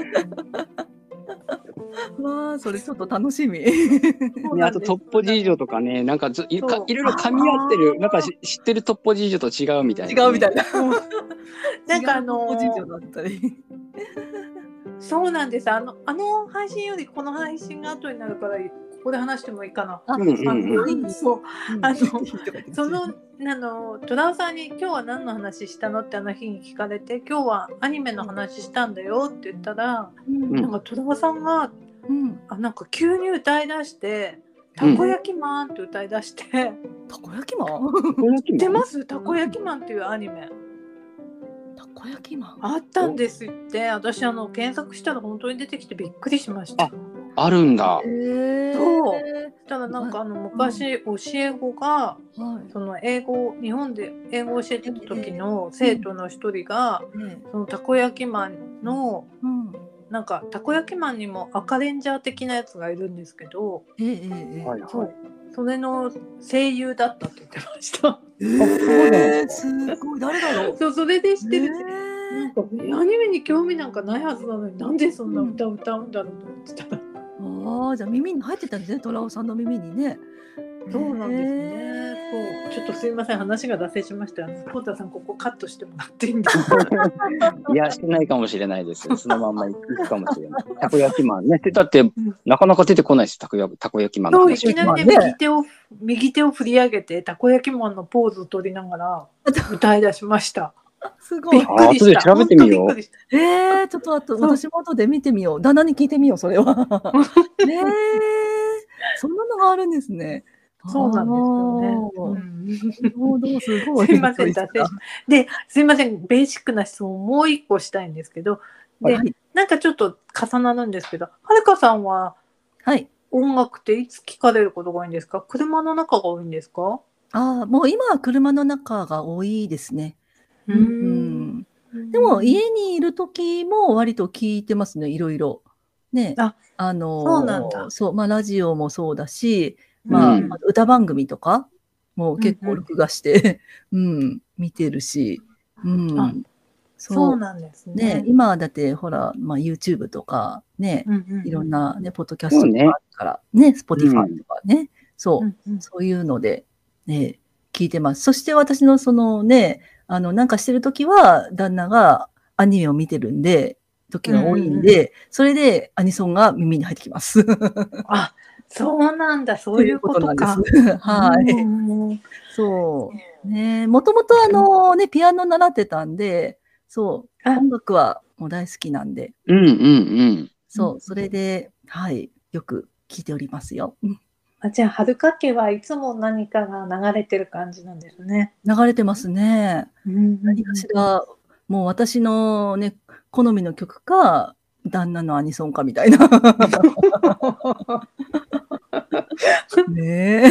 [SPEAKER 3] [laughs] わあ、それちょっと
[SPEAKER 1] [laughs]
[SPEAKER 3] 楽しみ。
[SPEAKER 1] そう
[SPEAKER 2] ね、
[SPEAKER 1] な
[SPEAKER 2] あ
[SPEAKER 1] んです
[SPEAKER 2] とトッポ事情とかね、なんかずい
[SPEAKER 1] そう
[SPEAKER 2] かいろいろ噛み合って
[SPEAKER 3] あ
[SPEAKER 2] る、
[SPEAKER 3] ー
[SPEAKER 2] なんかし知ってるトッポ事情と違うみたいな、
[SPEAKER 3] 違うみたいな。
[SPEAKER 1] なんかあの
[SPEAKER 2] [laughs]
[SPEAKER 3] 違う個人情だったり。
[SPEAKER 1] そうなんですあのあの配信よりこの配信が後になるからここで話してもいいかな。
[SPEAKER 3] あ
[SPEAKER 2] うんうんうん。
[SPEAKER 1] あそう
[SPEAKER 3] うん [laughs]
[SPEAKER 1] あの
[SPEAKER 3] いいとこ言って
[SPEAKER 1] そのあのトラウさんに「今日は何の話したの?」ってあの日に聞かれて「今日はアニメの話したんだよ」って言ったら、
[SPEAKER 3] うん
[SPEAKER 1] なんかトラウさんが
[SPEAKER 3] うん、
[SPEAKER 1] あなんか急に歌い出して「た
[SPEAKER 2] うん
[SPEAKER 1] こ焼きマン」って歌い出して「
[SPEAKER 3] たこ焼
[SPEAKER 1] [laughs]
[SPEAKER 3] きマン
[SPEAKER 1] 知ってますすたこ焼きマン」っていうアニメ
[SPEAKER 3] たこ焼きマン
[SPEAKER 1] あったんですって私あの検索したら本当に出てきてびっくりしました
[SPEAKER 2] ああるんだ
[SPEAKER 3] へ。え
[SPEAKER 1] そうただなんかあの昔教え子が
[SPEAKER 3] はい
[SPEAKER 1] その英語日本で英語を教えてた時の生徒の一人が
[SPEAKER 3] ね
[SPEAKER 1] そのたこ焼きマンの
[SPEAKER 3] うん
[SPEAKER 1] なんかたこ焼きマンにも赤レンジャー的なやつがいるんですけど
[SPEAKER 3] えええええ
[SPEAKER 2] はい
[SPEAKER 1] そうそれの声優だったって言ってました。
[SPEAKER 3] ええすごい誰だろう
[SPEAKER 1] そうそれで知ってる、
[SPEAKER 3] ねえ
[SPEAKER 1] なんかアニメに興味なんかないはずなのになんでそんな歌を歌うんだろうと思ってたら、
[SPEAKER 3] ああじゃあ耳に入ってたんですねトラオさんの耳に
[SPEAKER 1] [laughs]
[SPEAKER 3] ね
[SPEAKER 1] [laughs]
[SPEAKER 3] [laughs]
[SPEAKER 1] そうなんですね、
[SPEAKER 3] へ
[SPEAKER 1] そ
[SPEAKER 3] え
[SPEAKER 1] うちょっとすいません話が脱線しましたコウタさんここカットしてもらっていいんです [laughs] か
[SPEAKER 2] [laughs] いや、してないかもしれな
[SPEAKER 1] [laughs]
[SPEAKER 2] いです。そのまんま行くかもしれない。たこ焼きマンね。でだって、なかなか出てこないです、たこ焼たこ焼きマンの
[SPEAKER 1] そういき。
[SPEAKER 2] 話
[SPEAKER 1] なりね
[SPEAKER 3] まあね
[SPEAKER 1] 右手を右手を振り上げてたこ焼きマンのポーズを取りながら歌い出しました
[SPEAKER 3] すご
[SPEAKER 1] び
[SPEAKER 3] い
[SPEAKER 1] っくりした
[SPEAKER 2] あ後で調べてみよう
[SPEAKER 1] 本当びっくりした
[SPEAKER 3] ええちょっとあと私も後で見てみよう旦那に聞いてみようそ
[SPEAKER 1] [laughs]
[SPEAKER 3] れはねえそんなのがあるんですね
[SPEAKER 1] そうなんです
[SPEAKER 3] あ
[SPEAKER 1] よね、う
[SPEAKER 3] ー
[SPEAKER 1] ん
[SPEAKER 3] [laughs] なるほどすごい
[SPEAKER 1] すいません
[SPEAKER 3] びっ
[SPEAKER 1] 脱
[SPEAKER 3] くり
[SPEAKER 1] 線
[SPEAKER 3] し
[SPEAKER 1] しですいませんベーシックな質問をもう一個したいんですけどで、
[SPEAKER 3] はい
[SPEAKER 1] なんかちょっと重なるんですけどはるかさんは
[SPEAKER 3] たはい
[SPEAKER 1] 音楽っていつ聞かれることが多いんですか車の中が多いんですか
[SPEAKER 3] ああ、もう今は車の中が多いですね。
[SPEAKER 1] う
[SPEAKER 3] うん。でも家にいる時も割と聞いてますね、いろいろ。ね、
[SPEAKER 1] あ
[SPEAKER 3] の
[SPEAKER 1] そうなんだ
[SPEAKER 3] そうまあ、ラジオもそうだし、ま
[SPEAKER 1] ま
[SPEAKER 3] あ
[SPEAKER 1] あ、
[SPEAKER 2] うん
[SPEAKER 3] 歌番組とかも結
[SPEAKER 1] うん
[SPEAKER 3] 構
[SPEAKER 1] うん
[SPEAKER 3] 録画して、 [laughs] うん見てるし、うん
[SPEAKER 1] あ
[SPEAKER 3] そう
[SPEAKER 1] そうなんです
[SPEAKER 3] ね
[SPEAKER 1] ね。
[SPEAKER 3] 今だってほら、まあ、YouTube とかね、
[SPEAKER 1] うんうん
[SPEAKER 3] いろんな、ね、ポッドキャストと
[SPEAKER 2] そ
[SPEAKER 3] かあ
[SPEAKER 2] うね
[SPEAKER 3] るからね Spotify
[SPEAKER 2] うん
[SPEAKER 3] とかね、そうう、
[SPEAKER 1] んうん
[SPEAKER 3] そういうので、ね、聞いてます。そして私のそのね、あの、なんかしてるときは、旦那がアニメを見てるんで、時が多いん
[SPEAKER 1] う
[SPEAKER 3] で、
[SPEAKER 1] ん
[SPEAKER 3] それでアニソンが耳に入ってきます。
[SPEAKER 1] あそうなんだそういうこと
[SPEAKER 3] なんで [laughs]
[SPEAKER 1] か。
[SPEAKER 3] す。はい。
[SPEAKER 1] うんうん
[SPEAKER 3] そう。ねもともとあのね、ピアノ習ってたんで、そう、
[SPEAKER 1] あ
[SPEAKER 3] 音楽はもう大好きなんで、
[SPEAKER 2] うんうん
[SPEAKER 3] そうう、
[SPEAKER 1] ん
[SPEAKER 3] それで、はい、よく聞いておりますよ。うん
[SPEAKER 1] あじゃあはるか家はいつも何かが流れてる感じなんですね。
[SPEAKER 3] 流れてますね。
[SPEAKER 1] 何
[SPEAKER 3] 何かしら、もう私のね、好みの曲か、旦那のアニソンか
[SPEAKER 1] [laughs]
[SPEAKER 3] みたいな。ね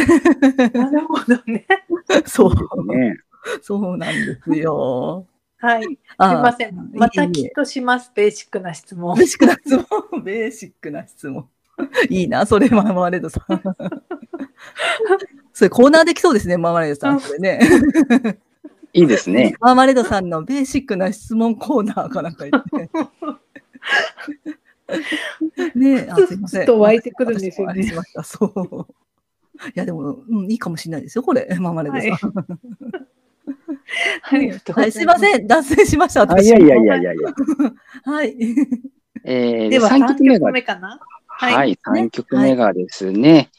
[SPEAKER 1] なるほどね。 [laughs]
[SPEAKER 3] え。そう、
[SPEAKER 2] うん。ね。
[SPEAKER 3] そうなんですよ。
[SPEAKER 1] はい。すい
[SPEAKER 3] あ
[SPEAKER 1] ません。また
[SPEAKER 3] いえい
[SPEAKER 1] き
[SPEAKER 3] え
[SPEAKER 1] っとします。ベーシックな質問
[SPEAKER 3] ベ。ーシックな質問。ベーシックな質問。 [laughs] いいな、それ、マーマレードさん。 [laughs] それコーナーできそうですね、マーマレードさん。それね。
[SPEAKER 2] いいで
[SPEAKER 1] [laughs]
[SPEAKER 2] すね。
[SPEAKER 3] [laughs] マーマレードさんのベーシックな質問コーナーかなんか言って。ねえ、あ、すいません。
[SPEAKER 1] ふつふつと湧いてくるんですよね
[SPEAKER 3] 私もあれしましたそう。いや、でも、うん、いいかもしれないですよ、これ、マーマレードさん。
[SPEAKER 1] ありがとうご
[SPEAKER 3] は
[SPEAKER 1] ざいま
[SPEAKER 3] い、
[SPEAKER 1] す。
[SPEAKER 3] すいません、脱線しました。
[SPEAKER 2] あい
[SPEAKER 3] 私
[SPEAKER 2] やいやいやいや
[SPEAKER 1] [laughs]
[SPEAKER 2] いや。
[SPEAKER 3] はい。
[SPEAKER 2] えー、
[SPEAKER 1] では
[SPEAKER 2] 3
[SPEAKER 1] 3
[SPEAKER 2] 曲目が
[SPEAKER 1] 曲目かな。
[SPEAKER 2] はい、
[SPEAKER 1] は
[SPEAKER 2] 3曲目がですね、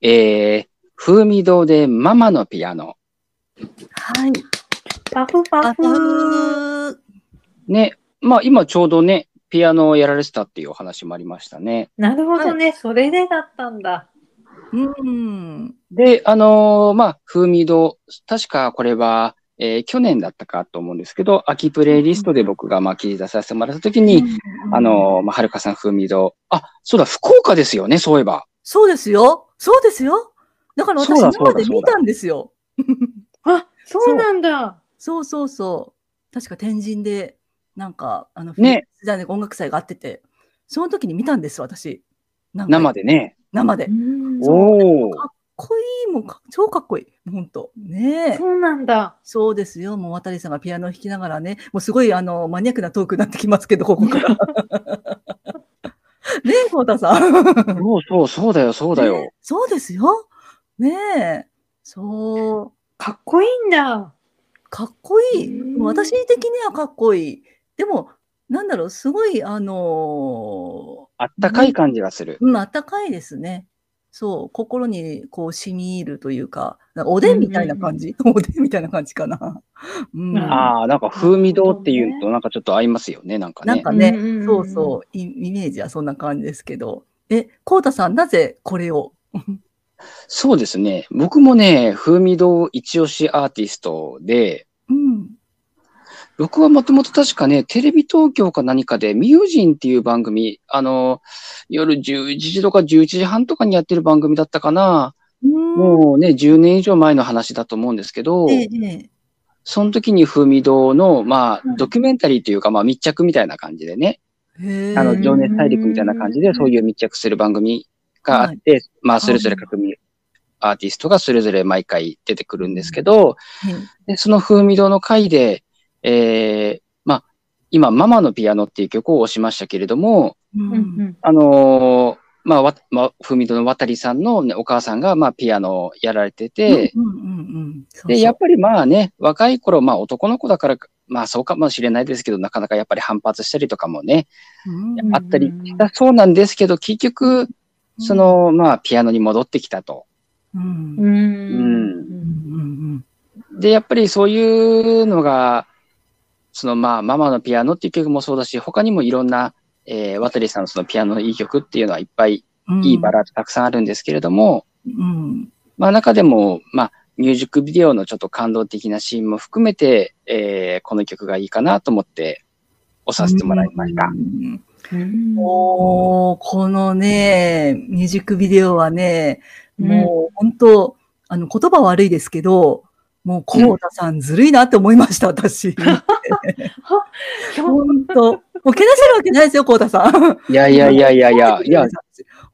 [SPEAKER 2] えー、風味堂でママのピアノ。
[SPEAKER 3] はい。
[SPEAKER 1] パフパ
[SPEAKER 3] あふ
[SPEAKER 1] フ。
[SPEAKER 3] ー
[SPEAKER 2] ね、まあ今ちょうどね、ピアノをやられてたっていうお話もありましたね。
[SPEAKER 1] なるほどね。それでだったんだ。
[SPEAKER 3] うん。
[SPEAKER 2] で、あのーまあ、風味堂、確かこれは、えー去年だったかと思うんですけど、秋プレイリストで僕がまあ切り出させてもらった時に、あのーまあ、はるかさん風味堂、あ、そうだ、福岡ですよね、そういえば。
[SPEAKER 3] そうですよ。そうですよ。だから私、
[SPEAKER 2] そうだ
[SPEAKER 3] 今
[SPEAKER 2] そう
[SPEAKER 3] ま
[SPEAKER 2] だ
[SPEAKER 3] で見たんですよ。
[SPEAKER 1] あそうなんだ。
[SPEAKER 3] そうそうそう。確か天神で、なんか、あの、
[SPEAKER 2] ね
[SPEAKER 3] 時代の音楽祭があってて、その時に見たんです、私。なんか
[SPEAKER 2] 生でね。
[SPEAKER 3] 生で。かっ
[SPEAKER 1] うんそ
[SPEAKER 2] おお。
[SPEAKER 3] こいいもんか、超かっこいい。ほんと。ねえ。
[SPEAKER 1] うなんだ。
[SPEAKER 3] そうですよ。もう渡さんがピアノを弾きながらね、もうすごいあのマニアックなトークになってきますけど、こ
[SPEAKER 2] [laughs]
[SPEAKER 3] こから。ねえ、コウタさん。
[SPEAKER 2] そうそう、そうだよ、そうだよ。
[SPEAKER 3] そうですよ。ねえ。そう。
[SPEAKER 1] かっこいいんだ。
[SPEAKER 3] かっこいい。
[SPEAKER 1] うん
[SPEAKER 3] でも私的にはかっこいい。でも、なんだろう、すごい、あの
[SPEAKER 2] あったかい感じがする。
[SPEAKER 3] ーうん、あったかいですね。そう、心にこう染み入るというか、なんかおでんみたいな感じ、おでんみたいな感じかな。うん、な
[SPEAKER 2] ああ、なんか風味堂っていうと、なんかちょっと合いますよね、なんか
[SPEAKER 3] ん
[SPEAKER 2] ね。
[SPEAKER 3] かね、
[SPEAKER 1] うんうんうん
[SPEAKER 3] そうそうイ、イメージはそんな感じですけど。え、こうたさん、なぜこれを
[SPEAKER 2] そうですね。僕もね、風味堂一押しアーティストで、
[SPEAKER 3] うん。
[SPEAKER 2] 僕はもともと確かね、テレビ東京か何かで、ミュージンっていう番組、あの、夜11時とか11時半とかにやってる番組だったかな。
[SPEAKER 3] うん
[SPEAKER 2] もうね、10年以上前の話だと思うんですけど、
[SPEAKER 3] ええええ
[SPEAKER 2] その時に風味堂の、まあ
[SPEAKER 1] うん、
[SPEAKER 2] ドキュメンタリーというか、まあ、密着みたいな感じでね、
[SPEAKER 3] へえ
[SPEAKER 2] あ
[SPEAKER 1] う
[SPEAKER 2] の、
[SPEAKER 1] ん
[SPEAKER 2] 情熱大陸みたいな感じ
[SPEAKER 1] う
[SPEAKER 2] で、
[SPEAKER 1] ん
[SPEAKER 2] そういう密着する番組があって、まあ、それぞれ各アーティストがそれぞれ毎回出てくるんですけど、でその風味堂の回で、えーまあ、今、ママのピアノっていう曲を押しましたけれども、
[SPEAKER 3] う
[SPEAKER 1] うんんうん
[SPEAKER 2] あのーまあ、わまあ、風味堂の渡さんのね、お母さんが、まあ、ピアノをやられてて、
[SPEAKER 3] うんうんうんそう
[SPEAKER 2] で、
[SPEAKER 3] そう
[SPEAKER 2] やっぱりまあね、若い頃、まあ男の子だから、まあそうかもしれないですけど、なかなかやっぱり反発したりとかもね、
[SPEAKER 3] うん
[SPEAKER 2] あったりしたそうなんですけど、結局、その、まあピアノに戻ってきたと。
[SPEAKER 3] うん
[SPEAKER 1] うん
[SPEAKER 3] うんうん
[SPEAKER 2] で、やっぱりそういうのが、そのまあママのピアノっていう曲もそうだし、他にもいろんな、えー、渡さんのそのピアノのいい曲っていうのはいっぱい
[SPEAKER 3] うん
[SPEAKER 2] いいバラードたくさんあるんですけれども、
[SPEAKER 3] うん
[SPEAKER 2] まあ中でも、まあミュージックビデオのちょっと感動的なシーンも含めて、えーこの曲がいいかなと思って押させてもらいました。
[SPEAKER 3] うん
[SPEAKER 1] うん
[SPEAKER 3] もう、このね、ミュージックビデオはね、
[SPEAKER 1] うん
[SPEAKER 3] もう本当、あの、言葉悪いですけど、もう、こうたさんずるいなって思いました、私。
[SPEAKER 1] 今日
[SPEAKER 3] 本当。もうけなせるわけないですよ、こうたさん。
[SPEAKER 2] いやいやいやいやいや、いや、、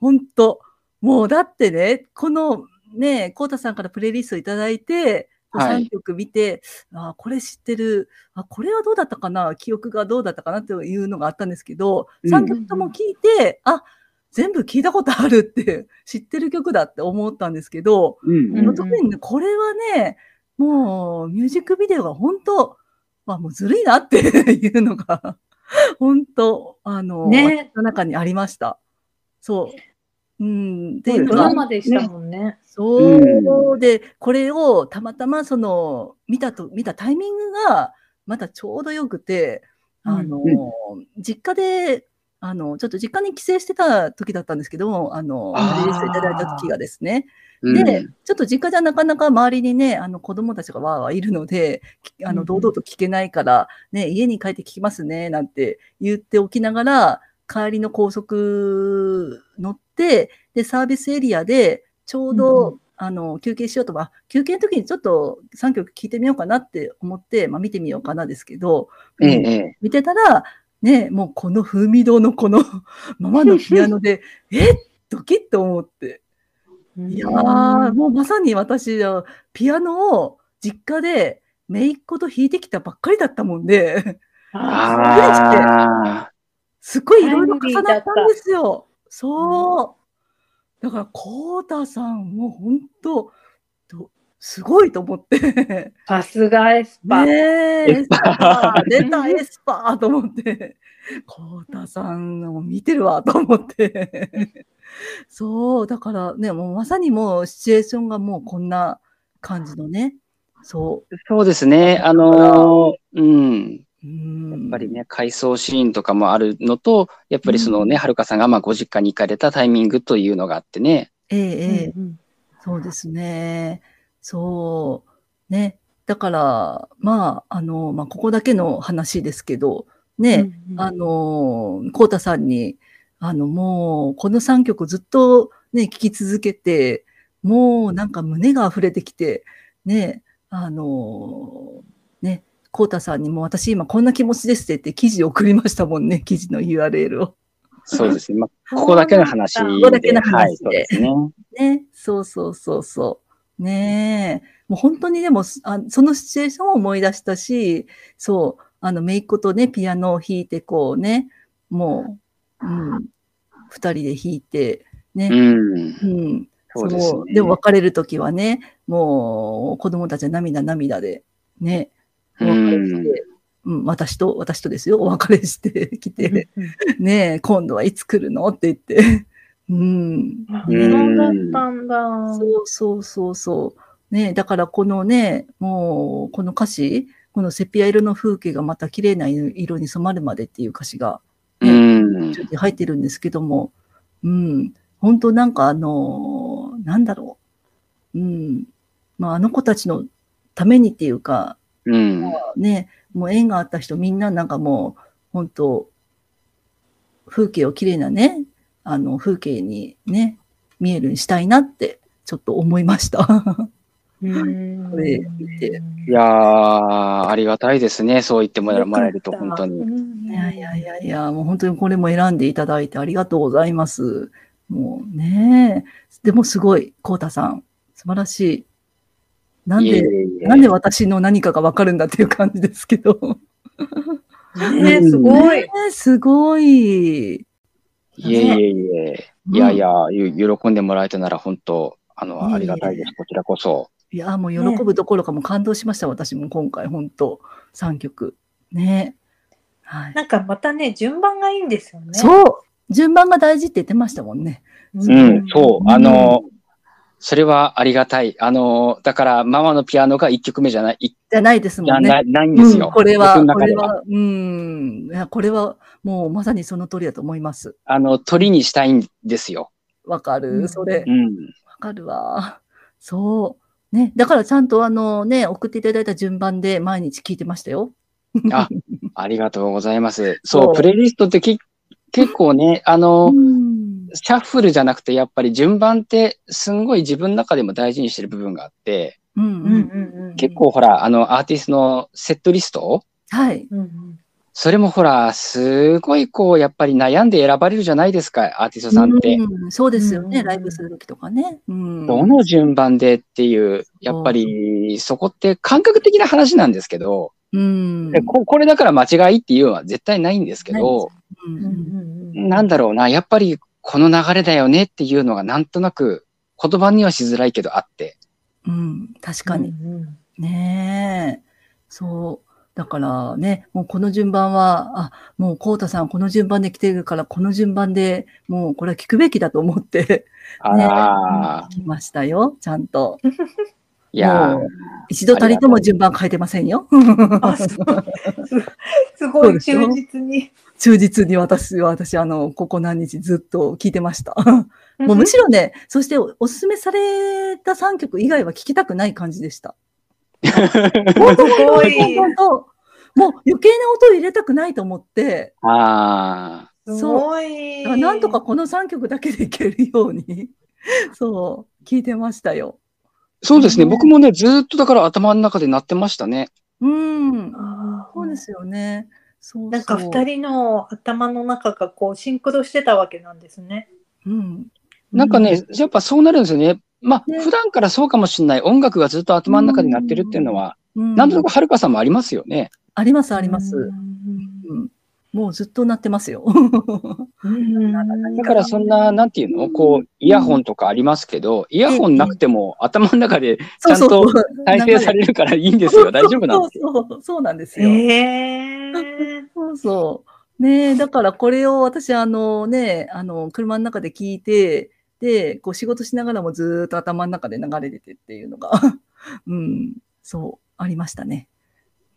[SPEAKER 3] 本当もうだってね、このね、こうたさんからプレイリストいただいて、
[SPEAKER 2] はい
[SPEAKER 3] 3曲見て、あーこれ知ってるあ、これはどうだったかな、記憶がどうだったかなというのがあったんですけど、
[SPEAKER 2] うん
[SPEAKER 3] 3曲とも聞いて、あ全部聞いたことあるって、知ってる曲だって思ったんですけど、
[SPEAKER 2] うん
[SPEAKER 1] うん
[SPEAKER 3] 特にねこれはね、もうミュージックビデオが本当、まあもうずるいなっていうのが、 [laughs] 本当、あの、
[SPEAKER 1] ね
[SPEAKER 3] 私の中にありました。そう。うん、っていう
[SPEAKER 1] ド
[SPEAKER 3] の
[SPEAKER 1] ラ
[SPEAKER 3] が、
[SPEAKER 1] マでしたもんね。
[SPEAKER 3] そうで、これをたまたまその、見たと、見たタイミングが、またちょうどよくて、あの、実家で、あの、ちょっと実家に帰省してた時だったんですけども、あの、プ
[SPEAKER 2] あー
[SPEAKER 3] レイリストいただいた時がですね、
[SPEAKER 2] うん
[SPEAKER 3] で、ちょっと実家じゃなかなか周りにね、あの子供たちがわーわーいるので、きあ
[SPEAKER 1] う
[SPEAKER 3] の
[SPEAKER 1] ん
[SPEAKER 3] 堂々と聞けないから、ね、家に帰って聞きますね、なんて言っておきながら、帰りの高速乗って、で、サービスエリアで、ちょうど、
[SPEAKER 1] う
[SPEAKER 3] あの、休憩しようと、あ休憩の時にちょっと3曲聞いてみようかなって思って、まあ見てみようかなですけど、
[SPEAKER 2] ええ、ええ
[SPEAKER 3] 見てたら、ね、もうこの風味堂のこの [laughs] ままのピアノで、えっドキッと思って。いやー、もうまさに私、あのピアノを実家で姪っ子と弾いてきたばっかりだったもんで、 [laughs]
[SPEAKER 1] あ
[SPEAKER 2] ああ、
[SPEAKER 3] すごいいろいろ重なったんですよ。そう。だから、こうたさんも本当、どすごいと思って。ね
[SPEAKER 1] ーさすがエスパー。
[SPEAKER 3] え、エ
[SPEAKER 2] エ
[SPEAKER 3] ス
[SPEAKER 2] ス
[SPEAKER 3] パ
[SPEAKER 2] パ
[SPEAKER 3] ー、 [laughs] 出たエスパーと思って、こうたさんを見てるわと思って。そう、だからね、もうまさにもうシチュエーションがもうこんな感じのね。そう。
[SPEAKER 2] そうですね。あのーうん。
[SPEAKER 3] や
[SPEAKER 2] やっ
[SPEAKER 3] っ
[SPEAKER 2] ぱりね、回想シーンとかもあるのと、やっぱりそのね、はるかさんがまあご実家に行かれたタイミングというのがあってね。
[SPEAKER 3] ええ
[SPEAKER 1] う
[SPEAKER 3] ええ
[SPEAKER 1] ん
[SPEAKER 3] そうですね。そう。ね。だから、まあ、あの、まあ、ここだけの話ですけど、
[SPEAKER 1] うん
[SPEAKER 3] ね、
[SPEAKER 1] うん
[SPEAKER 3] あの、こうたさんに、あの、もう、この3曲ずっとね、聴き続けて、もうなんか胸が溢れてきて、ね、あの、ね、こうたさんにも私今こんな気持ちですって言って記事送りましたもんね、記事の URL を。
[SPEAKER 2] そうですね。まあ、ここだけの話で。
[SPEAKER 1] こ
[SPEAKER 3] こだけの話で
[SPEAKER 2] はい、そうですね。
[SPEAKER 3] ね、そうそうそうそう。ねえ。もう本当にでも、すあそのシチュエーションを思い出したし、そう、あの、姪っ子とね、ピアノを弾いて、こうね、もう、うん、二人で弾いて、
[SPEAKER 2] う
[SPEAKER 3] ね、
[SPEAKER 2] ん。
[SPEAKER 3] うん。
[SPEAKER 2] そうです
[SPEAKER 3] そう
[SPEAKER 2] ね。
[SPEAKER 3] でも別れる時はね、もう、子供たちは涙涙で、ね、お別れして、うん、私と、私とですよ、お別れしてきて、ねえ、今度はいつ来るのって言って、うん。
[SPEAKER 1] あ
[SPEAKER 2] う
[SPEAKER 1] そ
[SPEAKER 2] ん
[SPEAKER 1] うだったんだ。
[SPEAKER 3] そうそうそうそう。ね、だからこのね、もう、この歌詞、このセピア色の風景がまた綺麗な色に染まるまでっていう歌詞が
[SPEAKER 2] うん。
[SPEAKER 3] ちょっと入ってるんですけども、うん、本当なんかあのーなんだろう。うん、まああの子たちのためにっていうか、
[SPEAKER 2] うん。
[SPEAKER 3] ね、もう縁があった人みんななんかもう、本当風景を綺麗なね、あの風景にね、見えるようにしたいなって、ちょっと思いました。
[SPEAKER 1] うん
[SPEAKER 3] これ見て
[SPEAKER 2] いやー、ありがたいですね。そう言ってもらえると、
[SPEAKER 1] よかった
[SPEAKER 2] 本当に。
[SPEAKER 1] うん
[SPEAKER 3] いやいやいやいや、もう本当にこれも選んでいただいてありがとうございます。もうね、でもすごい、こうたさん、素晴らしい。なん
[SPEAKER 2] いえいえ
[SPEAKER 3] で、
[SPEAKER 2] いえ
[SPEAKER 3] なんで私の何かがわかるんだっていう感じですけど。
[SPEAKER 1] ねすごい
[SPEAKER 3] ね。すごい。
[SPEAKER 2] いえいえいえ。
[SPEAKER 3] うん
[SPEAKER 2] いやいや、ゆ喜んでもらえたなら、本当、あ
[SPEAKER 3] いえいえ
[SPEAKER 2] の、ありがたいです。こちらこそ。
[SPEAKER 3] いや、もう喜ぶどころかもう感動しました、私も今回、本当3曲。ね。はい。
[SPEAKER 1] なんかまたね、順番がいいんですよね。
[SPEAKER 3] そう順番が大事って言ってましたもんね。
[SPEAKER 1] う
[SPEAKER 2] うん、そうう、
[SPEAKER 3] ん
[SPEAKER 2] あの、それはありがたい。あの、だから、ママのピアノが1曲目じゃない、い
[SPEAKER 3] じゃないですも
[SPEAKER 2] や
[SPEAKER 3] んね。
[SPEAKER 2] なないんですよ。
[SPEAKER 3] うんこれは、
[SPEAKER 2] 僕の
[SPEAKER 3] こ
[SPEAKER 2] 中
[SPEAKER 3] れ
[SPEAKER 2] では。
[SPEAKER 3] は、うん、いやこれはもうまさにその通りだと思います。
[SPEAKER 2] あの、鳥にしたいんですよ。
[SPEAKER 3] わかる、
[SPEAKER 1] うん
[SPEAKER 3] それ
[SPEAKER 2] う。ん。
[SPEAKER 3] わかるわ。そう。ね、だからちゃんとあのね、送っていただいた順番で毎日聞いてましたよ。
[SPEAKER 2] あありがとうございます。
[SPEAKER 3] そ
[SPEAKER 2] そうう、プレイリストってき結構ね、あの、
[SPEAKER 3] うん
[SPEAKER 2] シャッフルじゃなくて、やっぱり順番って、すんごい自分の中でも大事にしてる部分があって、
[SPEAKER 3] う
[SPEAKER 1] うんうん
[SPEAKER 3] ん。
[SPEAKER 1] うんうん
[SPEAKER 2] 結構ほら、あの、アーティストのセットリスト
[SPEAKER 3] はい。
[SPEAKER 1] うんうん
[SPEAKER 2] それもほら、すごいこう、やっぱり悩んで選ばれるじゃないですか、アーティストさんって。
[SPEAKER 3] うんそうですよね、
[SPEAKER 1] うん
[SPEAKER 3] ライブする時とかね。うん、
[SPEAKER 2] どの順番でっていう、やっぱりそこって感覚的な話なんですけど、
[SPEAKER 3] うん、
[SPEAKER 2] でここれだから間違いっていうのは絶対ないんですけど、
[SPEAKER 3] うん
[SPEAKER 1] うんうんうん
[SPEAKER 2] なんだろうな、やっぱりこの流れだよねっていうのがなんとなく言葉にはしづらいけどあって。
[SPEAKER 3] うん、確かに。
[SPEAKER 1] うんうん
[SPEAKER 3] ねえ。そう。だからね、もうこの順番は、あ、もうこうたさんこの順番で来てるから、この順番でもうこれは聞くべきだと思って、
[SPEAKER 2] あ
[SPEAKER 3] ね
[SPEAKER 2] あ、
[SPEAKER 3] 来ましたよ、ちゃんと。
[SPEAKER 2] いやー
[SPEAKER 3] もう一度たりとも順番変えてませんよ。 [laughs]
[SPEAKER 1] あ
[SPEAKER 2] [laughs]
[SPEAKER 1] そうすすごい忠実に。
[SPEAKER 3] 忠実に私、私、あの、ここ何日ずっと聞いてました。もうむしろね、そしておおすすめされた3曲以外は聞きたくない感じでした。
[SPEAKER 1] [laughs] すごい。
[SPEAKER 3] 本当もう余計な音を入れたくないと思って、
[SPEAKER 2] あ
[SPEAKER 1] すごい。
[SPEAKER 3] だからなんとかこの3曲だけでいけるよ
[SPEAKER 1] [laughs]
[SPEAKER 3] うにそう聞いてましたよ。
[SPEAKER 2] ーそうですね、
[SPEAKER 3] うん
[SPEAKER 2] 僕もね、ずーっとだから頭の中で鳴ってましたね。
[SPEAKER 3] うん
[SPEAKER 1] あー。
[SPEAKER 3] そうですよね。そう
[SPEAKER 1] なんか
[SPEAKER 3] そう
[SPEAKER 1] 二人の頭の中がこうシンクロしてたわけなんですね。
[SPEAKER 3] うん、
[SPEAKER 2] なんかね、やっぱそうなるんですよね。まあ、
[SPEAKER 3] ね
[SPEAKER 2] 普段からそうかもしれない音楽がずっと頭の中で鳴ってるっていうのは、
[SPEAKER 3] うん、
[SPEAKER 2] なんとなくはるかさんもありますよね。
[SPEAKER 3] ありますあります、
[SPEAKER 1] う
[SPEAKER 3] うん。もうずっと鳴ってま
[SPEAKER 2] [laughs]
[SPEAKER 3] すよ。
[SPEAKER 1] ん。
[SPEAKER 2] だからそんな、なんていうのこう、イヤホンとかありますけど、イヤホンなくても頭の中でちゃんと再生されるからいいん
[SPEAKER 3] [laughs]
[SPEAKER 2] ですよ。大丈夫なんですよ。
[SPEAKER 3] そうそうそうそうなんですよ。
[SPEAKER 1] えー、
[SPEAKER 3] そうそう。ねえだからこれを私、あのね、あの、車の中で聞いて、で、こう仕事しながらもずーっと頭の中で流れててっていうのが、 [laughs] うん、そう、ありましたね。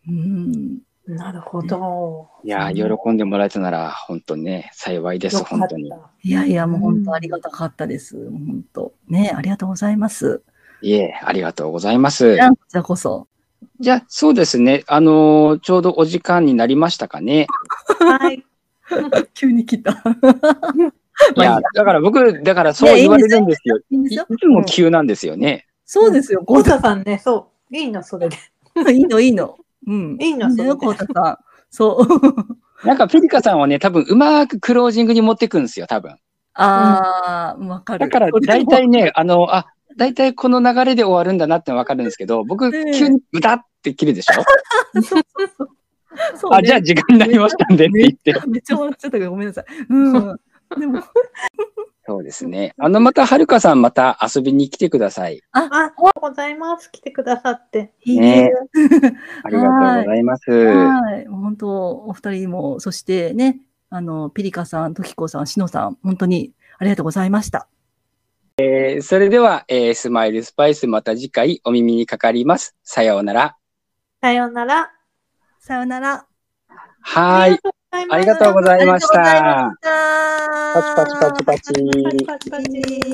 [SPEAKER 3] うん。
[SPEAKER 1] なるほど。
[SPEAKER 2] いやー、喜んでもらえたなら、本当にね、幸いです、
[SPEAKER 1] よかっ
[SPEAKER 2] 本
[SPEAKER 1] た
[SPEAKER 2] 当に。
[SPEAKER 3] いやいや、もう本
[SPEAKER 1] うん
[SPEAKER 3] 当ありがたかったです。もう本当。ねえありがとうございます。
[SPEAKER 2] いえ、ありがとうございます
[SPEAKER 3] じ。ゃあこちらこそ。
[SPEAKER 2] じゃあ、そうですね、あのーちょうどお時間になりましたかね。
[SPEAKER 1] はい。
[SPEAKER 3] 急に来た。 [laughs]
[SPEAKER 2] いや、だから僕、だからそう言われるんですよ。
[SPEAKER 3] いいんで
[SPEAKER 2] い
[SPEAKER 3] す
[SPEAKER 2] い
[SPEAKER 3] よ。
[SPEAKER 2] つも急なんですよね。
[SPEAKER 3] そうですよ、
[SPEAKER 1] ゴ
[SPEAKER 3] ゴ
[SPEAKER 1] ー
[SPEAKER 3] ータ
[SPEAKER 1] タさんね、そう。いいの、それで。
[SPEAKER 3] さん。いいの、いいの。うん。
[SPEAKER 1] いいの
[SPEAKER 3] だよ、
[SPEAKER 1] そ
[SPEAKER 3] ゴ
[SPEAKER 1] れ
[SPEAKER 3] ータさん。そう。
[SPEAKER 2] なんか、ペリカさんはね、多分うまくクロージングに持っていくんですよ、多分。
[SPEAKER 3] ああ、わかる。
[SPEAKER 2] だから、大体ね、あの、あ、大体この流れで終わるんだなってわかるんですけど、僕、
[SPEAKER 3] ええ
[SPEAKER 2] 急にブタって切るでしょ、
[SPEAKER 3] そう
[SPEAKER 2] あ、
[SPEAKER 3] ね
[SPEAKER 2] じゃあ時間になりましたんでって言って。
[SPEAKER 3] めっちゃ笑っちゃったけど、ごめんなさい。うん。でも、
[SPEAKER 2] [laughs] そうですね。あの、また、はるかさん、また遊びに来てください。
[SPEAKER 1] あ、ありがとうございます。来てくださって。
[SPEAKER 3] いい
[SPEAKER 2] ね
[SPEAKER 3] ね。
[SPEAKER 2] ありがとうございます。
[SPEAKER 3] はい。もう本当、お二人も、そしてね、あの、ピリカさん、トキコさん、シノさん、本当にありがとうございました。
[SPEAKER 2] えーそれでは、えースマイルスパイス、また次回お耳にかかります。さようなら。
[SPEAKER 1] さようなら。
[SPEAKER 3] さよなら。
[SPEAKER 2] はーい。ありがとうございました
[SPEAKER 3] ありがとうございました。
[SPEAKER 2] パチパチパチパチ。
[SPEAKER 1] パチパチパチ。